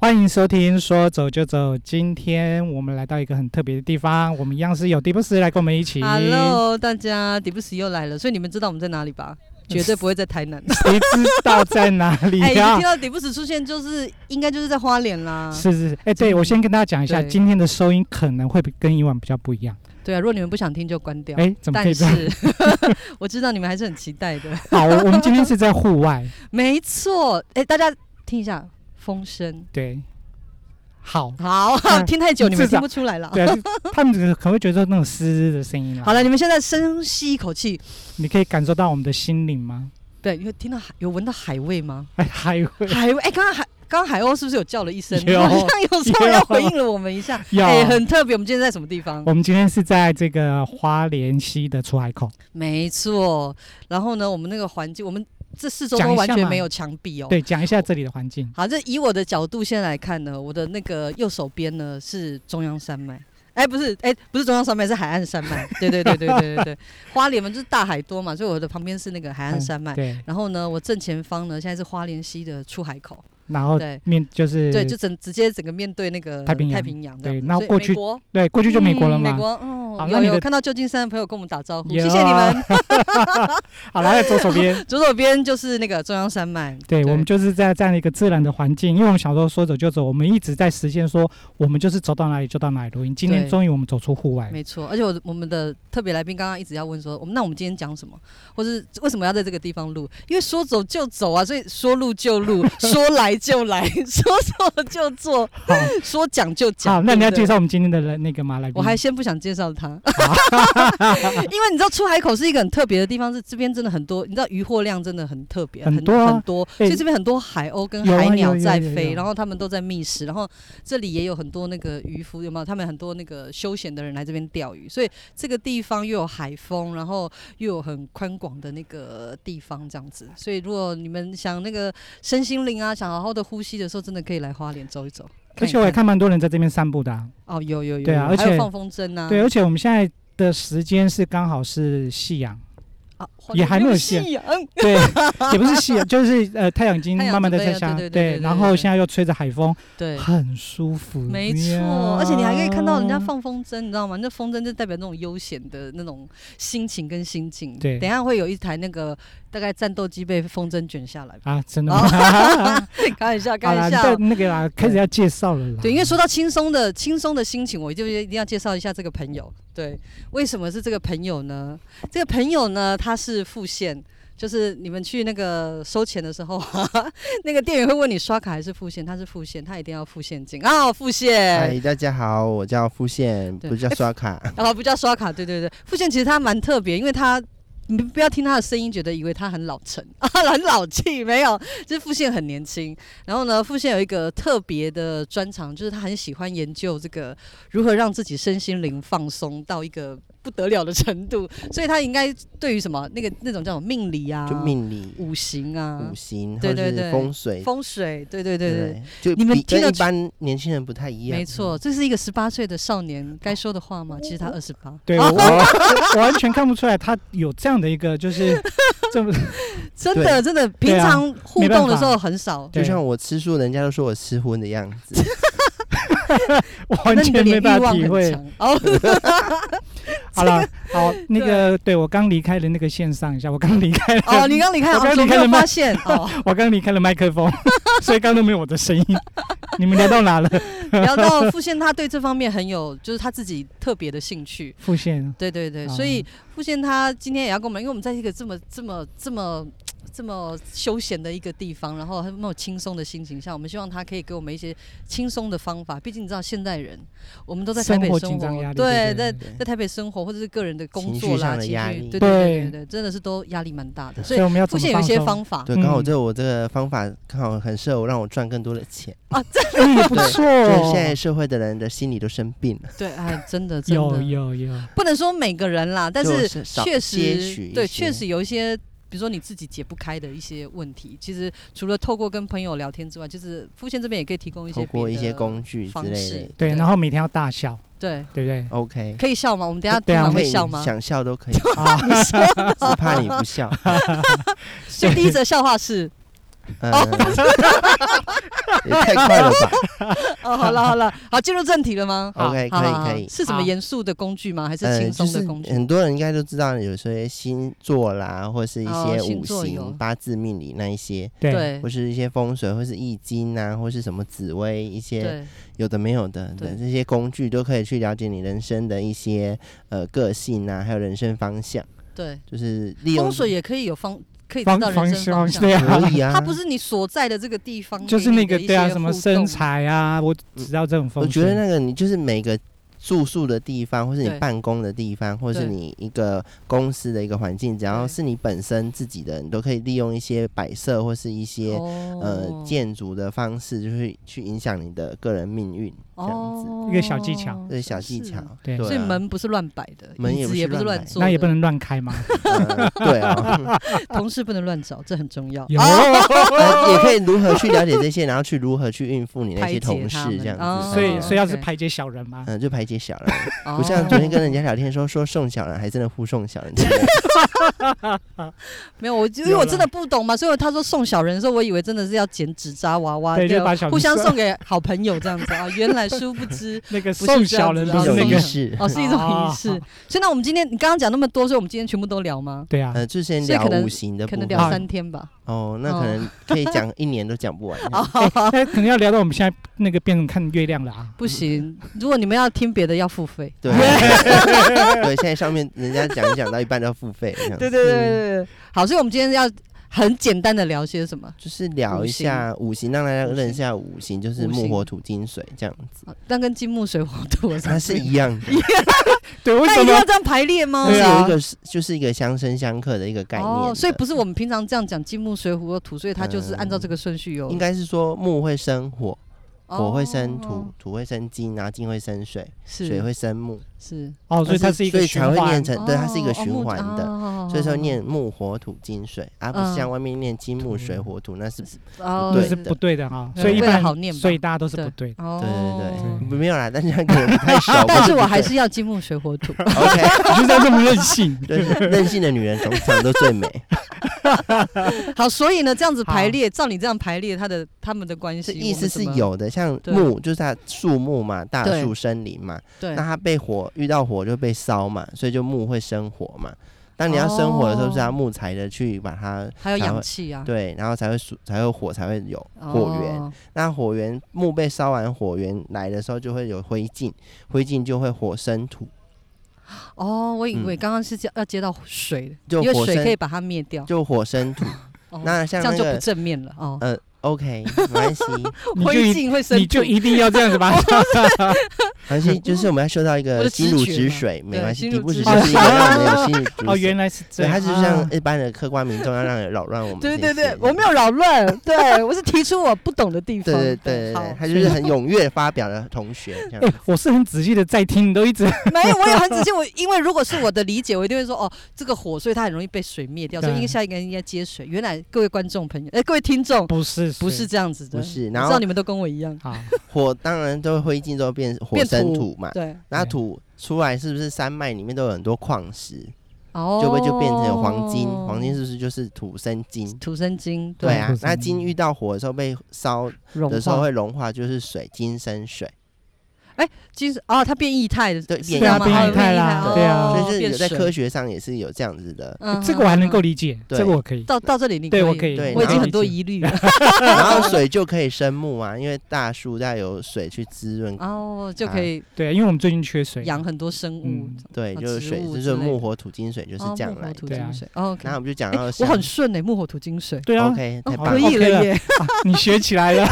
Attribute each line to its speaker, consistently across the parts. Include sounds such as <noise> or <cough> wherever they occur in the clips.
Speaker 1: 欢迎收听《说走就走》。今天我们来到一个很特别的地方，我们一样是有迪布斯来跟我们一起。
Speaker 2: Hello，大家，迪布斯又来了，所以你们知道我们在哪
Speaker 1: <laughs>
Speaker 2: 里吧？绝对不会在台南。
Speaker 1: 谁知道在哪里啊
Speaker 2: <laughs> 哎、
Speaker 1: 呀、
Speaker 2: 你听到迪布斯出现，就是应该就是在花莲
Speaker 1: <laughs>
Speaker 2: 啦。
Speaker 1: 是是是，哎、对我先跟大家讲一下，
Speaker 2: 嗯对
Speaker 1: 今天的收音可能会比跟以往比较不一样。
Speaker 2: 对啊，如果你们不想听就关掉。
Speaker 1: 哎、怎么可以
Speaker 2: 但
Speaker 1: 这样？
Speaker 2: 是
Speaker 1: <laughs>
Speaker 2: 我知道你们还是 <laughs> 很期待的。
Speaker 1: 好，我我们今天是在户外，
Speaker 2: 没错，哎、大家听一下风声。
Speaker 1: 对，好，
Speaker 2: 好，
Speaker 1: 嗯
Speaker 2: <laughs> 听太久你们
Speaker 1: 至少
Speaker 2: 听不出来了。 <laughs>
Speaker 1: 对，他们可能会觉得那种嘶的声音啦。
Speaker 2: 好了，你们现在深吸一口气。
Speaker 1: 你可以感受到我们的心灵吗？
Speaker 2: 对，有听到海，有闻到海味
Speaker 1: <laughs>
Speaker 2: 吗？
Speaker 1: 哎，还会
Speaker 2: 海味，哎、刚刚海，刚刚海鸥是不是有叫了一声？
Speaker 1: 有
Speaker 2: <laughs> 好像有稍微
Speaker 1: 有
Speaker 2: 要回应了我们一下。
Speaker 1: <laughs> 有
Speaker 2: 哎、很特别。我们今天在什么地方？
Speaker 1: 我们今天是在这个花莲溪的出海口，
Speaker 2: 没错，然后呢，我们那个环境，我们这四周
Speaker 1: 讲
Speaker 2: 都
Speaker 1: 一
Speaker 2: 完
Speaker 1: 下
Speaker 2: 全
Speaker 1: 嘛
Speaker 2: 没有墙壁哦。
Speaker 1: 对，讲一下这里的环境。
Speaker 2: 好，这以我的角度先来看呢，我的那个右手边呢是中央山脉，哎，不是，哎，不是中央山脉，是海岸山脉。
Speaker 1: <laughs>
Speaker 2: 对对对对对对对，花莲嘛就是大海多嘛，所以我的旁边是那个海岸山脉。
Speaker 1: 嗯对，
Speaker 2: 然后呢，我正前方呢现在是花莲溪的出海口，
Speaker 1: 然后
Speaker 2: 对
Speaker 1: 面就是
Speaker 2: 对，就整直接整个面对那个
Speaker 1: 太平洋
Speaker 2: 太平洋这
Speaker 1: 对
Speaker 2: 样子
Speaker 1: 然后
Speaker 2: 所以
Speaker 1: 过
Speaker 2: 美
Speaker 1: 去
Speaker 2: 国
Speaker 1: 对过去就美国了
Speaker 2: 嗯
Speaker 1: 嘛。
Speaker 2: 美国，哦
Speaker 1: 好，那
Speaker 2: 有
Speaker 1: 你的
Speaker 2: 有看到旧金山的朋友跟我们打招呼，
Speaker 1: 有啊
Speaker 2: 谢谢你们。
Speaker 1: 哦 <laughs> 好，来左手
Speaker 2: <laughs>
Speaker 1: 边。
Speaker 2: 左手边就是那个中央山脉，
Speaker 1: 对，我们就是在这样的一个自然的环境，因为我们想说说走就走，我们一直在实现说我们就是走到哪里就到哪里录音。今天
Speaker 2: 对
Speaker 1: 终于我们走出户外，
Speaker 2: 没错。而且我我们的特别来宾刚刚一直要问说，我们那我们今天讲什么，或是为什么要在这个地方录？因为说走就走啊，所以说录
Speaker 1: <laughs>
Speaker 2: 就录，说来就来， <laughs> 说做就做，
Speaker 1: 好，
Speaker 2: 说讲就讲。
Speaker 1: 好，那你要
Speaker 2: 对
Speaker 1: 介
Speaker 2: 不对？
Speaker 1: 绍我们今天的人那个马来宾，
Speaker 2: 我还先不想介绍他，
Speaker 1: <laughs>
Speaker 2: 因为你知道出海口是一个很特别的地方，是这边真的很多，你知道渔获量真的很特别，
Speaker 1: 很多啊
Speaker 2: 很多，所以这边很多海鸥跟海鸟在
Speaker 1: 有啊有有有有
Speaker 2: 飞，然后他们都在觅食，然后这里也有很多那个渔夫，有没有？他们很多那个休闲的人来这边钓鱼，所以这个地方又有海风，然后又有很宽广的那个地方这样子，所以如果你们想那个身心灵啊，想好好的呼吸的时候，真的可以来花莲走一走。
Speaker 1: 而且我也看蛮多人在这边散步的啊、
Speaker 2: 哦，有有有，
Speaker 1: 对啊
Speaker 2: 有
Speaker 1: 而且
Speaker 2: 还有放风筝啊，
Speaker 1: 对，而且我们现在的时间是刚好是夕阳，
Speaker 2: 啊，
Speaker 1: 也还没有
Speaker 2: 夕
Speaker 1: 线
Speaker 2: 阳， <laughs>
Speaker 1: 对，也不是夕阳，就是呃太阳已经
Speaker 2: 太阳
Speaker 1: 慢慢的
Speaker 2: 准备
Speaker 1: 在
Speaker 2: 了
Speaker 1: 下，
Speaker 2: 对对对对对
Speaker 1: 然后现在又吹着海风，
Speaker 2: 对。
Speaker 1: 很舒服，
Speaker 2: 没
Speaker 1: 呀
Speaker 2: 错，而且你还可以看到人家放风筝，你知道吗？那风筝就代表那种悠闲的那种心情跟心境。
Speaker 1: 对
Speaker 2: 等一下会有一台那个大概战斗机被风筝卷下来 <laughs> 吧。
Speaker 1: 啊，真的
Speaker 2: 哦
Speaker 1: 吗？ <laughs>
Speaker 2: 开玩笑，开
Speaker 1: 好啦，
Speaker 2: 玩
Speaker 1: 对
Speaker 2: 笑。
Speaker 1: 那个啦，开始要介绍了啦。
Speaker 2: 对，因为说到轻松的轻松的心情，我就一定要介绍一下这个朋友。对，为什么是这个朋友呢？这个朋友呢，他是付现，就是你们去那个收钱的时候 <laughs> 啊，那个店员会问你刷卡还是付现，他是付现，他一定要付现金啊，付现。
Speaker 3: 嗨，大家好，我叫付宪，
Speaker 2: 对
Speaker 3: 不叫刷卡。
Speaker 2: 啊，不叫刷卡，对对对，付现其实他蛮特别，因为他。你们不要听他的声音，觉得以为他很老成 <laughs> 啊，很老气，没有，就是付现很年轻。然后呢，付现有一个特别的专长，就是他很喜欢研究这个如何让自己身心灵放松到一个不得了的程度， <laughs> 所以他应该对于什么那个那种叫什么命理啊、
Speaker 3: 就命理、
Speaker 2: 五行啊
Speaker 3: 五、行，
Speaker 2: 对
Speaker 3: 或
Speaker 2: 对
Speaker 3: 者
Speaker 2: 对
Speaker 3: 是风水，
Speaker 2: 风水，对对对对，
Speaker 3: 对，就
Speaker 2: 你们
Speaker 3: 比
Speaker 2: 听
Speaker 3: 跟
Speaker 2: 得
Speaker 3: 一
Speaker 2: 出
Speaker 3: 般年轻人不太一样。
Speaker 2: 没错，这是一个十八岁的少年该说的话吗？其实他二十八， <laughs>
Speaker 1: 对我我完全看不出来他有这样的一个就是
Speaker 2: <laughs>
Speaker 1: 这么
Speaker 2: 真的
Speaker 3: 对
Speaker 2: 真的，
Speaker 1: 对
Speaker 2: 平
Speaker 1: 啊
Speaker 2: 常互
Speaker 1: 没办
Speaker 2: 动的
Speaker 1: 法
Speaker 2: 时候很少。
Speaker 1: 对
Speaker 3: 就像我吃素，人家都说我吃荤的样
Speaker 2: <laughs>
Speaker 3: 子。
Speaker 1: 完
Speaker 2: 那你
Speaker 1: 全
Speaker 2: 的脸
Speaker 1: 没
Speaker 2: 欲
Speaker 1: 办法
Speaker 2: 望
Speaker 1: 体
Speaker 2: 很
Speaker 1: 会。
Speaker 2: 强哦，
Speaker 1: <laughs> 好了，
Speaker 2: <laughs>
Speaker 1: 好那个对我刚离开了那个线上一下，我刚离开了
Speaker 2: <laughs> 哦，你刚离开，
Speaker 1: 我
Speaker 2: 哦
Speaker 1: 刚
Speaker 2: 怎
Speaker 1: 离
Speaker 2: 么没
Speaker 1: 开了
Speaker 2: 有
Speaker 1: 麦
Speaker 2: 发现
Speaker 1: <laughs>
Speaker 2: 哦？
Speaker 1: 我刚离开了麦克
Speaker 2: <laughs>
Speaker 1: 风，所以刚刚都没有我的声音。你们聊到哪了？
Speaker 2: 聊到付宪，他对这方面很有，就是他自己特别的兴趣。
Speaker 1: 复线
Speaker 2: 对对对，
Speaker 1: 啊
Speaker 2: 所以付宪他今天也要跟我们，因为我们在一个这么这么这么。这么休闲的一个地方，然后那么轻松的心情下，我们希望他可以给我们一些轻松的方法。毕竟你知道，现代人我们都在台
Speaker 1: 生
Speaker 2: 北
Speaker 1: 活
Speaker 2: 生
Speaker 1: 紧
Speaker 2: 活，
Speaker 1: 张压力对对
Speaker 2: 对，在
Speaker 3: 对
Speaker 2: 在台北生活或者是个人的工
Speaker 3: 情绪
Speaker 2: 作啦，
Speaker 3: 上的
Speaker 2: 情
Speaker 3: 压
Speaker 2: 绪
Speaker 3: 力
Speaker 2: 对对
Speaker 1: 对
Speaker 2: 对对对，真的是都压力蛮大的。所
Speaker 1: 所
Speaker 2: 以
Speaker 1: 以我们要
Speaker 2: 付
Speaker 1: 怎么
Speaker 2: 宪有一
Speaker 1: 放
Speaker 2: 些
Speaker 1: 松？
Speaker 2: 方法，
Speaker 3: 对，刚好
Speaker 1: 嗯
Speaker 3: 这我这个方法刚好很适合让我赚更多的钱。
Speaker 1: 哎，也不错哦。
Speaker 3: 就是现在社会的人的心理都生病了，
Speaker 2: 对，哎，真的，
Speaker 1: <laughs>
Speaker 2: 真
Speaker 1: 有
Speaker 2: 的，
Speaker 1: 有有，
Speaker 2: 不能说每个人啦，但是
Speaker 3: 就是少
Speaker 2: 确
Speaker 3: 些许
Speaker 2: 实，
Speaker 3: 一
Speaker 2: 对，
Speaker 3: 些
Speaker 2: 确实有一些，比如说你自己解不开的一些问题，其实除了透过跟朋友聊天之外，就是付现这边也可以提供一些
Speaker 3: 透过
Speaker 2: 别
Speaker 3: 一
Speaker 2: 的
Speaker 3: 些工具之
Speaker 2: 方
Speaker 3: 类
Speaker 2: 式
Speaker 3: 的。，
Speaker 1: 对，然后每天要大笑，
Speaker 2: 对，
Speaker 1: 对不对？
Speaker 3: OK，
Speaker 2: 可以笑吗？我们等一下
Speaker 1: 对
Speaker 2: 听
Speaker 1: 啊
Speaker 2: 完
Speaker 3: 可
Speaker 2: 会
Speaker 3: 以
Speaker 2: 笑 <laughs> 吗？
Speaker 3: 想笑都可以，
Speaker 1: 啊，
Speaker 3: <laughs>
Speaker 2: <laughs>
Speaker 3: 只怕你不笑。
Speaker 2: 哦所以第一则笑话是 <laughs>
Speaker 3: 嗯， <laughs> 也太快了吧！
Speaker 2: 哦，好了好了，好，进入正题了吗
Speaker 3: OK，
Speaker 2: 好
Speaker 3: 可以
Speaker 2: 好好
Speaker 3: 可以
Speaker 2: 是什么
Speaker 1: 好
Speaker 2: 严肃的工具吗？还是
Speaker 3: 呃，
Speaker 2: 轻
Speaker 3: 就
Speaker 2: 松
Speaker 3: 是
Speaker 2: 的工具？
Speaker 3: 很多人应该都知道，有些星座啦，或是一
Speaker 2: 哦
Speaker 3: 些
Speaker 2: 星
Speaker 3: 五
Speaker 2: 座有
Speaker 3: 行、八字命理那一些，
Speaker 1: 对，
Speaker 2: 对
Speaker 3: 或是一些风水，或是易经啊，或是什么紫薇，一些
Speaker 2: 对，
Speaker 3: 有的没有的
Speaker 2: 对
Speaker 3: 的这些工具，都可以去了解你人生的一些呃个性啊，还有人生方向，
Speaker 2: 对，
Speaker 3: 就是利用
Speaker 2: 风水也可以有方，可以知
Speaker 1: 方
Speaker 2: 道人生方
Speaker 1: 向
Speaker 2: 向。
Speaker 1: 对啊，
Speaker 3: 可以啊。
Speaker 2: 它不是你所在的这个地方，
Speaker 1: 就是那个对啊，什么身
Speaker 2: 生
Speaker 1: 材啊，我只知道这种风
Speaker 3: 我
Speaker 1: 水。
Speaker 3: 觉得那个你就是每个住宿的地方，或是你
Speaker 2: 对
Speaker 3: 办公的地方，或是
Speaker 2: 对
Speaker 3: 你一个公司的一个环境，只要
Speaker 2: 对
Speaker 3: 是你本身自己的，你都可以利用一些摆设或是一些、呃
Speaker 2: 哦
Speaker 3: 建筑的方式，就是去影响你的个人命运这样子。
Speaker 1: 一个小技巧
Speaker 3: 这、是小技巧，，
Speaker 1: 对
Speaker 3: 对啊、
Speaker 2: 哦所以门不是乱摆的，
Speaker 3: 门
Speaker 2: 椅
Speaker 3: 也不
Speaker 2: 子
Speaker 3: 是
Speaker 2: 也不是
Speaker 3: 乱
Speaker 2: 乱
Speaker 3: 摆
Speaker 2: 做的，
Speaker 1: 那也不能乱开嘛，
Speaker 3: 呃对啊、
Speaker 2: <laughs> 同事不能乱找，这很重要。 <laughs>
Speaker 1: 有
Speaker 2: 哦
Speaker 3: 呃也可以如何去了解这些，然后去如何去应付你那
Speaker 2: 排解
Speaker 3: 些同
Speaker 2: 他
Speaker 3: 事
Speaker 2: 们
Speaker 3: 这样子，
Speaker 2: 哦
Speaker 1: 所以
Speaker 3: 嗯
Speaker 1: 所以要是
Speaker 2: OK
Speaker 1: 排解小人嘛，
Speaker 3: 嗯，就排解小人，
Speaker 2: 哦
Speaker 3: 不像昨天跟人家聊天说说送小人，还真的护送小人，
Speaker 2: <laughs> 没有我，因为
Speaker 1: 有
Speaker 2: 我
Speaker 1: 啦
Speaker 2: 真的不懂嘛，所以他说送小人的时候，我以为真的是要剪纸扎娃娃，
Speaker 1: 对
Speaker 2: 对
Speaker 1: 就把小人
Speaker 2: 互相
Speaker 1: 送
Speaker 2: 送给好朋友这样子啊。原来殊不
Speaker 3: <laughs>
Speaker 2: 知
Speaker 1: 那个
Speaker 2: 是
Speaker 1: 送
Speaker 2: 这样
Speaker 1: 小人
Speaker 2: 子
Speaker 1: 不
Speaker 2: 啊
Speaker 1: 是
Speaker 3: 有
Speaker 2: 送
Speaker 1: 那
Speaker 3: 仪
Speaker 1: 个
Speaker 2: 小
Speaker 3: 式。
Speaker 2: 哦是一种
Speaker 1: 哦
Speaker 2: 仪式。所以那我们今天你刚刚讲那么多，所以我们今天全部都聊吗？
Speaker 1: 对啊，
Speaker 3: 呃，就先
Speaker 2: 所以
Speaker 3: 聊
Speaker 2: 可能
Speaker 3: 五行的部
Speaker 2: 可能
Speaker 3: 分
Speaker 2: 聊三天吧。
Speaker 3: 哦，那
Speaker 2: 哦
Speaker 3: 可能可以讲一年都讲不完。嗯
Speaker 1: 那可能要聊到我们现在那个变成看月亮了
Speaker 2: <laughs>
Speaker 1: 啊。
Speaker 2: 不行，如果你们要听别的，要付费。
Speaker 3: 对， <laughs> 对，现在上面人家讲一讲到一半都要付费，这样子
Speaker 2: 对对对对对。好，所以我们今天要很简单的聊些什么？
Speaker 3: 就是聊一下五行，让大家认识一下五行，就是
Speaker 2: 五行
Speaker 3: 木火土金水这
Speaker 2: <laughs>
Speaker 3: 样子，
Speaker 2: 啊但跟金木水火土有什么
Speaker 3: 它
Speaker 2: 不
Speaker 3: 啊是
Speaker 2: 一样，<laughs>
Speaker 3: 一样的，
Speaker 1: 对，为
Speaker 2: 那
Speaker 1: 什
Speaker 2: 一定
Speaker 1: 么
Speaker 2: 要这样排列吗
Speaker 3: 它？是
Speaker 1: 对啊
Speaker 3: 有一个是就是一个相生相克的一个概念的。
Speaker 2: 哦，所以不是我们平常这样讲金木水火土，所以它就是按照这个顺序有。
Speaker 3: 应该是说木会生火，
Speaker 2: 哦
Speaker 3: 火会生土，土会生金，然后金会生水，水
Speaker 2: 是
Speaker 3: 会生木，
Speaker 2: 是，
Speaker 1: 哦，所以它是一个
Speaker 3: 所以
Speaker 1: 循
Speaker 3: 才会
Speaker 1: 环
Speaker 3: 念。成，对，它是一个
Speaker 2: 哦
Speaker 3: 循环的。，所以说念木火土金水，而不
Speaker 2: 嗯
Speaker 3: 是像外面念金木水
Speaker 1: 土
Speaker 3: 火土，那是
Speaker 2: 哦
Speaker 1: 那
Speaker 3: 对
Speaker 1: 是不对的哈，
Speaker 2: 对
Speaker 1: 所以一
Speaker 2: 为了
Speaker 1: 般
Speaker 2: 好念吧
Speaker 1: 所以大家都是不对的。
Speaker 2: 哦。
Speaker 3: 对对
Speaker 1: 哦
Speaker 3: 对，没有啦，但是他可能不太熟
Speaker 2: <laughs> 但是
Speaker 3: 不
Speaker 2: 我还
Speaker 3: 对
Speaker 2: 是要金木水火
Speaker 1: <laughs>
Speaker 2: 土。
Speaker 3: <laughs> OK，，
Speaker 1: 你就要这么任性
Speaker 2: <laughs>
Speaker 3: 对，任性的女人通常都最美。
Speaker 2: 好，所以呢，这样子排
Speaker 1: 好
Speaker 2: 列，照你这样排列，它的他们的关系
Speaker 3: 这意
Speaker 2: 我
Speaker 3: 思
Speaker 2: 们怎
Speaker 3: 是
Speaker 2: 么
Speaker 3: 有的，像
Speaker 2: 对
Speaker 3: 木就是它树木嘛，大
Speaker 2: 对
Speaker 3: 树森林嘛，
Speaker 2: 对
Speaker 3: 那它被火遇到火就被烧嘛，所以就木会生火嘛。当你要生火的时候，是
Speaker 2: 哦
Speaker 3: 要木材的去把它
Speaker 2: 还有
Speaker 3: 才
Speaker 2: 氧
Speaker 3: 会
Speaker 2: 气啊，
Speaker 3: 对，然后才会属才会火才会有火源。
Speaker 2: 哦
Speaker 3: 那火源木被烧完，火源来的时候就会有灰烬，灰烬就会火生土，
Speaker 2: 哦，我以
Speaker 3: 嗯
Speaker 2: 为刚刚是接要接到水的，
Speaker 3: 就
Speaker 2: 因为
Speaker 3: 火
Speaker 2: 水可
Speaker 3: 生
Speaker 2: 以把它灭掉。
Speaker 3: 就火生土。
Speaker 2: 哦
Speaker 3: 那
Speaker 2: 这
Speaker 3: 像
Speaker 2: 样
Speaker 3: 那
Speaker 2: 就不
Speaker 3: 个
Speaker 2: 正面了哦。
Speaker 3: 呃，OK，没关系。
Speaker 1: 你
Speaker 2: 灰
Speaker 1: 就一
Speaker 2: 烬会生哦
Speaker 1: 你就
Speaker 2: 土
Speaker 1: 一定要这样子 <laughs>
Speaker 2: <laughs>
Speaker 1: 吧？
Speaker 3: 而且就是我们要修到一
Speaker 2: 我的
Speaker 3: 个心
Speaker 2: 直
Speaker 3: 如
Speaker 2: 觉
Speaker 3: 止
Speaker 2: 嘛
Speaker 3: 水，没
Speaker 2: 对
Speaker 3: 关系，
Speaker 2: 心
Speaker 3: 底
Speaker 2: 如
Speaker 3: 部
Speaker 2: 止
Speaker 3: 只
Speaker 1: 水
Speaker 3: 是一个让
Speaker 2: <laughs>
Speaker 3: 我们有心如止水。
Speaker 1: 哦，原来是这
Speaker 3: 对，
Speaker 1: 样，
Speaker 3: 它就是像
Speaker 1: 啊
Speaker 3: 一般的客观民众要让人扰乱我们这
Speaker 2: 对
Speaker 3: 些事。
Speaker 2: 对对，我没有扰乱，对我是提出我不懂的地
Speaker 3: 对
Speaker 2: 方。
Speaker 3: 对对对
Speaker 2: 好
Speaker 3: 对，他就
Speaker 2: <laughs>
Speaker 3: 是很踊跃发表的同学这样
Speaker 1: 哎
Speaker 3: 子。，
Speaker 1: 我是很仔细的在听，你都一直 <laughs>
Speaker 2: 没有，我也很仔细。我因为如果是我的理解，我一定会说哦，这个火，所以它很容易被水灭掉，所以
Speaker 1: 对
Speaker 2: 应该
Speaker 3: 啊
Speaker 2: 下一个人应该接水。原来各位观众朋友，哎，各位听众
Speaker 1: 不是
Speaker 2: 不是这样子的，
Speaker 3: 不是
Speaker 2: 我
Speaker 3: 然
Speaker 2: 知道
Speaker 3: 后
Speaker 2: 你们都跟我一样，
Speaker 1: 啊，
Speaker 3: 火当然都灰烬之后变火
Speaker 2: 变土
Speaker 3: 生土嘛，
Speaker 2: 对，
Speaker 3: 那
Speaker 1: 对
Speaker 3: 土出来是不是山脉里面都有很多矿石，
Speaker 2: 哦，
Speaker 3: 就会就变成有黄金，黄金是不是就是土生金？
Speaker 2: 土生金，
Speaker 3: 对
Speaker 1: 土
Speaker 3: 啊，
Speaker 1: 生
Speaker 3: 那金
Speaker 1: 金
Speaker 3: 遇到火的时候被烧
Speaker 2: 融
Speaker 3: 的时候
Speaker 2: 化
Speaker 3: 会融化，就是水，金生水。
Speaker 2: 金是哦，它变液态的，
Speaker 3: 对
Speaker 2: 是
Speaker 3: 变
Speaker 2: 这样
Speaker 3: 液
Speaker 2: 吗
Speaker 3: 态
Speaker 2: 哦
Speaker 3: 变液
Speaker 1: 态啦对啊
Speaker 3: 所
Speaker 2: 哦
Speaker 3: 以就是
Speaker 2: 变
Speaker 3: 有在
Speaker 2: 水
Speaker 3: 科学上也是有这样
Speaker 2: <laughs>
Speaker 3: 子的。
Speaker 2: 嗯
Speaker 1: 这个我还能够
Speaker 2: 嗯嗯
Speaker 1: 理解，
Speaker 3: 对
Speaker 1: 这个我可以
Speaker 2: 嗯，到到这里你
Speaker 1: 对我可以，
Speaker 3: 对
Speaker 2: 我已
Speaker 1: 能
Speaker 2: 经
Speaker 1: 够
Speaker 2: 很
Speaker 1: 理
Speaker 2: 多
Speaker 1: 解
Speaker 2: 疑虑了，
Speaker 3: <laughs> 然后水就可以生木啊，因为大树要有水去
Speaker 2: <laughs>
Speaker 3: 滋润，
Speaker 2: 哦，就可以
Speaker 1: 对，因为我们最近缺水，
Speaker 2: 养很多生物
Speaker 1: 嗯，
Speaker 3: 对，
Speaker 2: 啊
Speaker 3: 就是
Speaker 2: 植
Speaker 3: 水，
Speaker 2: 物
Speaker 3: 就
Speaker 2: 之
Speaker 3: 是
Speaker 2: 类
Speaker 3: 木
Speaker 2: 的
Speaker 3: 火土金水就是
Speaker 2: 哦
Speaker 3: 这样
Speaker 2: 木
Speaker 3: 来
Speaker 2: 火
Speaker 3: 的。
Speaker 2: 土
Speaker 1: 对啊
Speaker 2: 金水哦，OK，
Speaker 3: 然后我们就讲
Speaker 2: 哎
Speaker 3: 到
Speaker 2: 我
Speaker 3: 像
Speaker 2: 很顺哎，木火土金水，
Speaker 1: 对啊，
Speaker 3: OK，
Speaker 2: 哦
Speaker 3: 啊太棒
Speaker 2: 可
Speaker 3: 了，
Speaker 2: 以
Speaker 1: OK
Speaker 2: 了
Speaker 1: 了
Speaker 3: <laughs>
Speaker 2: 耶，
Speaker 1: 你学起来了，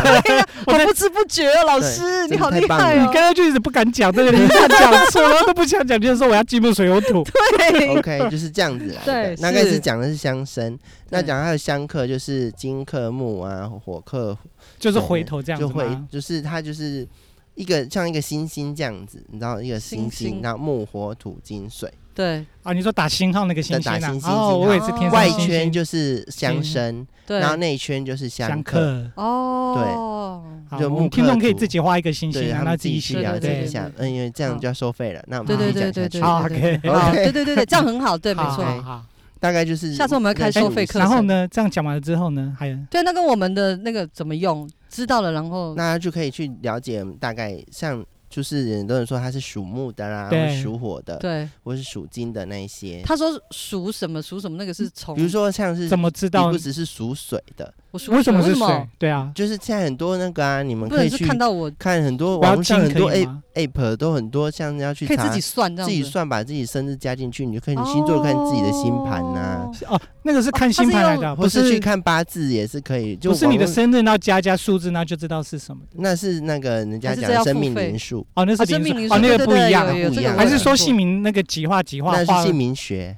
Speaker 1: 我
Speaker 2: 好
Speaker 1: 在
Speaker 2: 不知不觉哦，老
Speaker 3: 对
Speaker 2: 师
Speaker 3: 真
Speaker 2: 你
Speaker 3: 的
Speaker 2: 好
Speaker 3: 太
Speaker 2: 厉
Speaker 3: 棒
Speaker 2: 害
Speaker 1: 你
Speaker 2: 哦
Speaker 1: 刚，刚就一直不敢讲这个，你怕
Speaker 3: <laughs>
Speaker 1: 讲 <laughs> 错，然后都不想讲，就是说我要进入水有土，
Speaker 3: <laughs>
Speaker 2: 对
Speaker 3: OK 就是这样子来
Speaker 2: 对
Speaker 3: 的。那开
Speaker 2: 是
Speaker 3: 始讲的是相生，那
Speaker 2: 对
Speaker 3: 讲它的相克就是金克木啊，火克
Speaker 1: 就是回头这样
Speaker 3: 就
Speaker 1: 子
Speaker 3: 会
Speaker 1: 吗？
Speaker 3: 就是它就是一个像一个星星这样子，你知道一个
Speaker 2: 星
Speaker 3: 星
Speaker 2: 星哦
Speaker 3: 星，然后木火土金水，
Speaker 2: 对
Speaker 1: 啊，你说打星号那个星
Speaker 3: 打
Speaker 1: 啊
Speaker 3: 星，星
Speaker 1: 哦，
Speaker 3: 星
Speaker 1: 我也是天上
Speaker 3: 外
Speaker 1: 星星
Speaker 3: 圈就是相
Speaker 1: 星
Speaker 3: 生，
Speaker 2: 对
Speaker 3: 然，后内圈就是
Speaker 1: 相
Speaker 3: 相克。
Speaker 1: 克。
Speaker 2: 哦，
Speaker 1: 好，
Speaker 3: 就
Speaker 1: 我们
Speaker 3: 木
Speaker 1: 听
Speaker 3: 刻
Speaker 1: 众可以
Speaker 3: 图
Speaker 1: 自己画一个星星，
Speaker 2: 啊
Speaker 3: 对，他
Speaker 1: 让他
Speaker 3: 们
Speaker 1: 自
Speaker 3: 自
Speaker 1: 己
Speaker 3: 己去
Speaker 1: 写
Speaker 2: 对对
Speaker 3: 了解
Speaker 2: 对
Speaker 3: 一下
Speaker 2: 对，
Speaker 3: 嗯，因为这样
Speaker 2: 好
Speaker 3: 就要收费了。那我
Speaker 2: 对
Speaker 3: 们
Speaker 2: 对
Speaker 3: 继续
Speaker 2: 对
Speaker 3: 讲
Speaker 2: 对
Speaker 1: 好
Speaker 2: 对
Speaker 3: 下去。
Speaker 2: 对对
Speaker 1: OK
Speaker 2: 对好，对对对对，这样很好，对，没
Speaker 1: 好
Speaker 2: 错，
Speaker 3: OK，
Speaker 1: 好，
Speaker 3: 大概就是哎
Speaker 2: 下次我们要开收费课程
Speaker 1: 然后呢，这样讲完了之后呢，还有
Speaker 2: 对，那跟我们的那个怎么用知道了，然后
Speaker 3: 那就可以去了解大概像就是很多人说它是属木的啦，
Speaker 1: 对
Speaker 3: 或是属火的，
Speaker 2: 对
Speaker 3: 或是属金的那一些。
Speaker 2: 他嗯说属什么属什么，那个是从
Speaker 3: 嗯比如说像是
Speaker 1: 怎么知
Speaker 3: 你
Speaker 1: 道
Speaker 3: 不只是属水的，
Speaker 2: 我属
Speaker 1: 为什么是
Speaker 2: 为什
Speaker 1: 水
Speaker 2: 么？
Speaker 1: 对啊，
Speaker 3: 就是现在很多那个啊，你们
Speaker 2: 不
Speaker 3: 可
Speaker 2: 能
Speaker 3: 以
Speaker 2: 是
Speaker 3: 去
Speaker 2: 看到我
Speaker 3: 看很多
Speaker 1: 我要
Speaker 3: 网络
Speaker 1: 进
Speaker 3: 上很多哎
Speaker 1: 可以
Speaker 3: A
Speaker 1: 吗？
Speaker 3: app 都很多，像要去
Speaker 2: 可以自
Speaker 3: 查
Speaker 2: 己算这样
Speaker 3: 自
Speaker 2: 子，
Speaker 3: 己算，把自己生日加进去，你就可以你星座看自己的星盘呐、
Speaker 2: 哦
Speaker 1: 是哦，那个是看
Speaker 2: 哦它
Speaker 1: 星
Speaker 2: 是
Speaker 1: 盘来
Speaker 2: 用
Speaker 1: 的，
Speaker 3: 或
Speaker 1: 不
Speaker 3: 是去
Speaker 1: 是
Speaker 3: 看八字也是可以。就
Speaker 1: 不是你的
Speaker 3: 网络
Speaker 1: 生日，然后加加数字，然后就知道是什么。
Speaker 3: 那是那个人家
Speaker 2: 还是
Speaker 3: 讲
Speaker 2: 这要
Speaker 3: 的
Speaker 2: 付
Speaker 3: 生命
Speaker 2: 费
Speaker 3: 年数，
Speaker 1: 哦，那是
Speaker 2: 啊生命
Speaker 1: 灵
Speaker 2: 灵
Speaker 1: 数哦，
Speaker 2: 数
Speaker 1: 那
Speaker 2: 对
Speaker 1: 个
Speaker 2: 对
Speaker 1: 不一
Speaker 2: 对
Speaker 1: 样
Speaker 2: 有
Speaker 1: 啊，
Speaker 2: 有
Speaker 3: 不
Speaker 2: 这
Speaker 3: 一
Speaker 2: 个
Speaker 3: 样
Speaker 2: 我
Speaker 1: 还
Speaker 2: 有
Speaker 1: 是
Speaker 2: 看
Speaker 1: 说
Speaker 2: 过
Speaker 1: 姓名那个几画几画
Speaker 3: 那
Speaker 1: 画
Speaker 3: 是姓名学。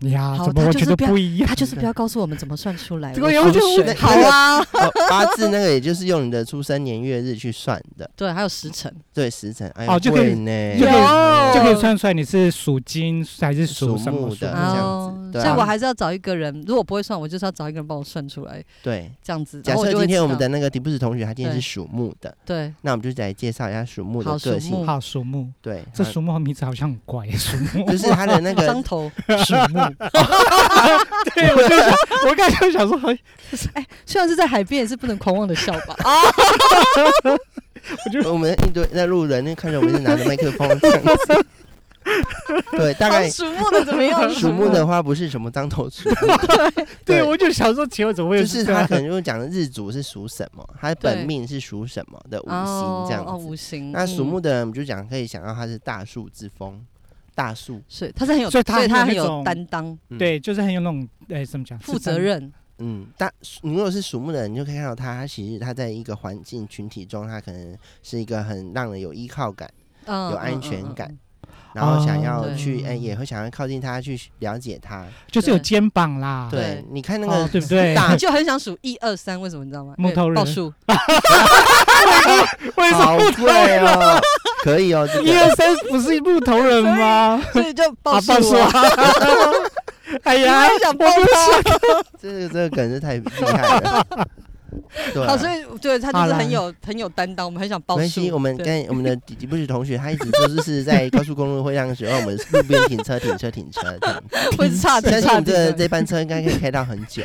Speaker 1: 呀？
Speaker 2: 好
Speaker 1: 怎么
Speaker 2: 他
Speaker 1: 我
Speaker 2: 就
Speaker 1: 觉
Speaker 2: 是
Speaker 1: 得
Speaker 2: 不要
Speaker 1: 不一
Speaker 2: <laughs>
Speaker 1: 样？
Speaker 2: 他就是不要告诉我们怎么算出来。
Speaker 1: 这个
Speaker 2: 我
Speaker 1: 有
Speaker 2: 属
Speaker 1: 点
Speaker 2: 水
Speaker 1: 问
Speaker 3: 题
Speaker 2: 好
Speaker 3: <laughs>
Speaker 2: 啊，
Speaker 3: 哦，八字那个也就是用你的出生年月日去算的，
Speaker 2: 对，还有时辰，
Speaker 3: 对时辰。哎呦，
Speaker 1: 哦就可以
Speaker 3: 会呢，
Speaker 1: 就可以 <laughs> 就可以
Speaker 2: 有
Speaker 1: 算出来你是属金还是属什么
Speaker 3: 属木的
Speaker 1: 属
Speaker 3: 这样子
Speaker 2: 哦
Speaker 3: 对
Speaker 2: 所
Speaker 3: 啊
Speaker 2: 以我还是要找一个人，如果不会算，我就是要找一个人帮我算出来，
Speaker 3: 对。
Speaker 2: 这样子。
Speaker 3: 假
Speaker 2: 然后
Speaker 3: 设
Speaker 2: 就会
Speaker 3: 今天
Speaker 2: 知
Speaker 3: 我们
Speaker 2: 道
Speaker 3: 的那个迪布斯同学，他今天是
Speaker 2: 对
Speaker 3: 属木的，
Speaker 2: 对
Speaker 3: 那我们就来介绍一下属木的哎
Speaker 2: 好
Speaker 3: 个
Speaker 2: 属
Speaker 3: 性。
Speaker 2: 木
Speaker 1: 好属木，
Speaker 3: 对，
Speaker 1: <laughs> 这
Speaker 3: 他
Speaker 1: 属木的名字好像很怪，属
Speaker 3: <laughs>
Speaker 1: 木 <laughs>
Speaker 3: 就是他的那
Speaker 2: 张
Speaker 3: 个 <laughs>
Speaker 2: 头，
Speaker 1: 属木。对，我就想，我刚才就想说，哎
Speaker 2: 哎，虽然是在海边，也是不能狂妄的笑
Speaker 3: <laughs>
Speaker 2: 吧？啊，
Speaker 3: 我们一堆那路人那看着我们是拿着麦克风这
Speaker 2: <laughs>
Speaker 3: 样子。对，大概
Speaker 2: 啊属木的怎么样？
Speaker 3: <laughs> 属木的话不是什么当
Speaker 2: <laughs>
Speaker 3: 头属木，
Speaker 1: 对，
Speaker 3: 对
Speaker 1: 我就想说，请问怎么会
Speaker 3: 就是是
Speaker 1: 这
Speaker 3: 他
Speaker 1: 样
Speaker 3: 可能就讲的日主是属什么，他的本
Speaker 2: 对
Speaker 3: 命是属什么的五行
Speaker 2: 哦
Speaker 3: 这样
Speaker 2: 哦，
Speaker 3: 子。
Speaker 2: 五行。
Speaker 3: 那属
Speaker 2: 嗯
Speaker 3: 木的人，我们就讲可以想到他是大树之风，大树，
Speaker 2: 是，他是很有，
Speaker 1: 所
Speaker 2: 所
Speaker 1: 以
Speaker 2: 以
Speaker 1: 他很有
Speaker 2: 他很
Speaker 1: 那种
Speaker 2: 有担当、
Speaker 1: 对，就是很有那种，哎，怎么讲？
Speaker 2: 负责。任。
Speaker 3: 嗯，大你如果是属木的人，你就可以看到他，他其实他在一个环境群体中，他可能是一个很让人有依靠感，
Speaker 2: 嗯，嗯
Speaker 3: 有安
Speaker 2: 嗯
Speaker 3: 全
Speaker 2: 嗯
Speaker 3: 感
Speaker 2: 嗯
Speaker 3: 然后
Speaker 1: 哦
Speaker 3: 想要
Speaker 2: 对
Speaker 3: 去，哎、也会想要靠近他，去了解他。
Speaker 1: 就是有
Speaker 2: 对
Speaker 1: 肩膀啦，
Speaker 3: 对，
Speaker 2: 对
Speaker 3: 你看那
Speaker 1: 哦
Speaker 3: 个
Speaker 1: 对不对？
Speaker 3: 大
Speaker 2: 你就很想数一二三，为什么你知道吗？
Speaker 1: 木头人
Speaker 2: 因为报数，
Speaker 1: <laughs> 为什么
Speaker 3: <laughs> 好贵哦，可以哦，这
Speaker 1: 一
Speaker 3: 个
Speaker 1: 二三不是木头人吗？
Speaker 2: 所以就报
Speaker 1: 啊，
Speaker 2: 数
Speaker 1: 报数
Speaker 2: <laughs> 啊。
Speaker 1: 啊！ <laughs> 哎呀，
Speaker 2: 你会想啊
Speaker 1: 我不是
Speaker 3: 这个这个梗是太厉害了。对、
Speaker 2: 好，
Speaker 3: 啊，
Speaker 2: 所以对他
Speaker 1: 好
Speaker 2: 就是
Speaker 1: 啦
Speaker 2: 很有很有担当，我们很想报
Speaker 3: 没关
Speaker 2: 数
Speaker 3: 系，。我们
Speaker 2: 对
Speaker 3: 跟我们的迪迪布什同学，他一直都是是在高速公路会让学让我们路边停车停车停车这样。
Speaker 2: <laughs> 会差
Speaker 3: 哎
Speaker 2: 点
Speaker 3: 相信我
Speaker 2: 差
Speaker 3: 们这
Speaker 2: 点。
Speaker 3: 这班车应该可以开
Speaker 2: <laughs>
Speaker 3: 到很久。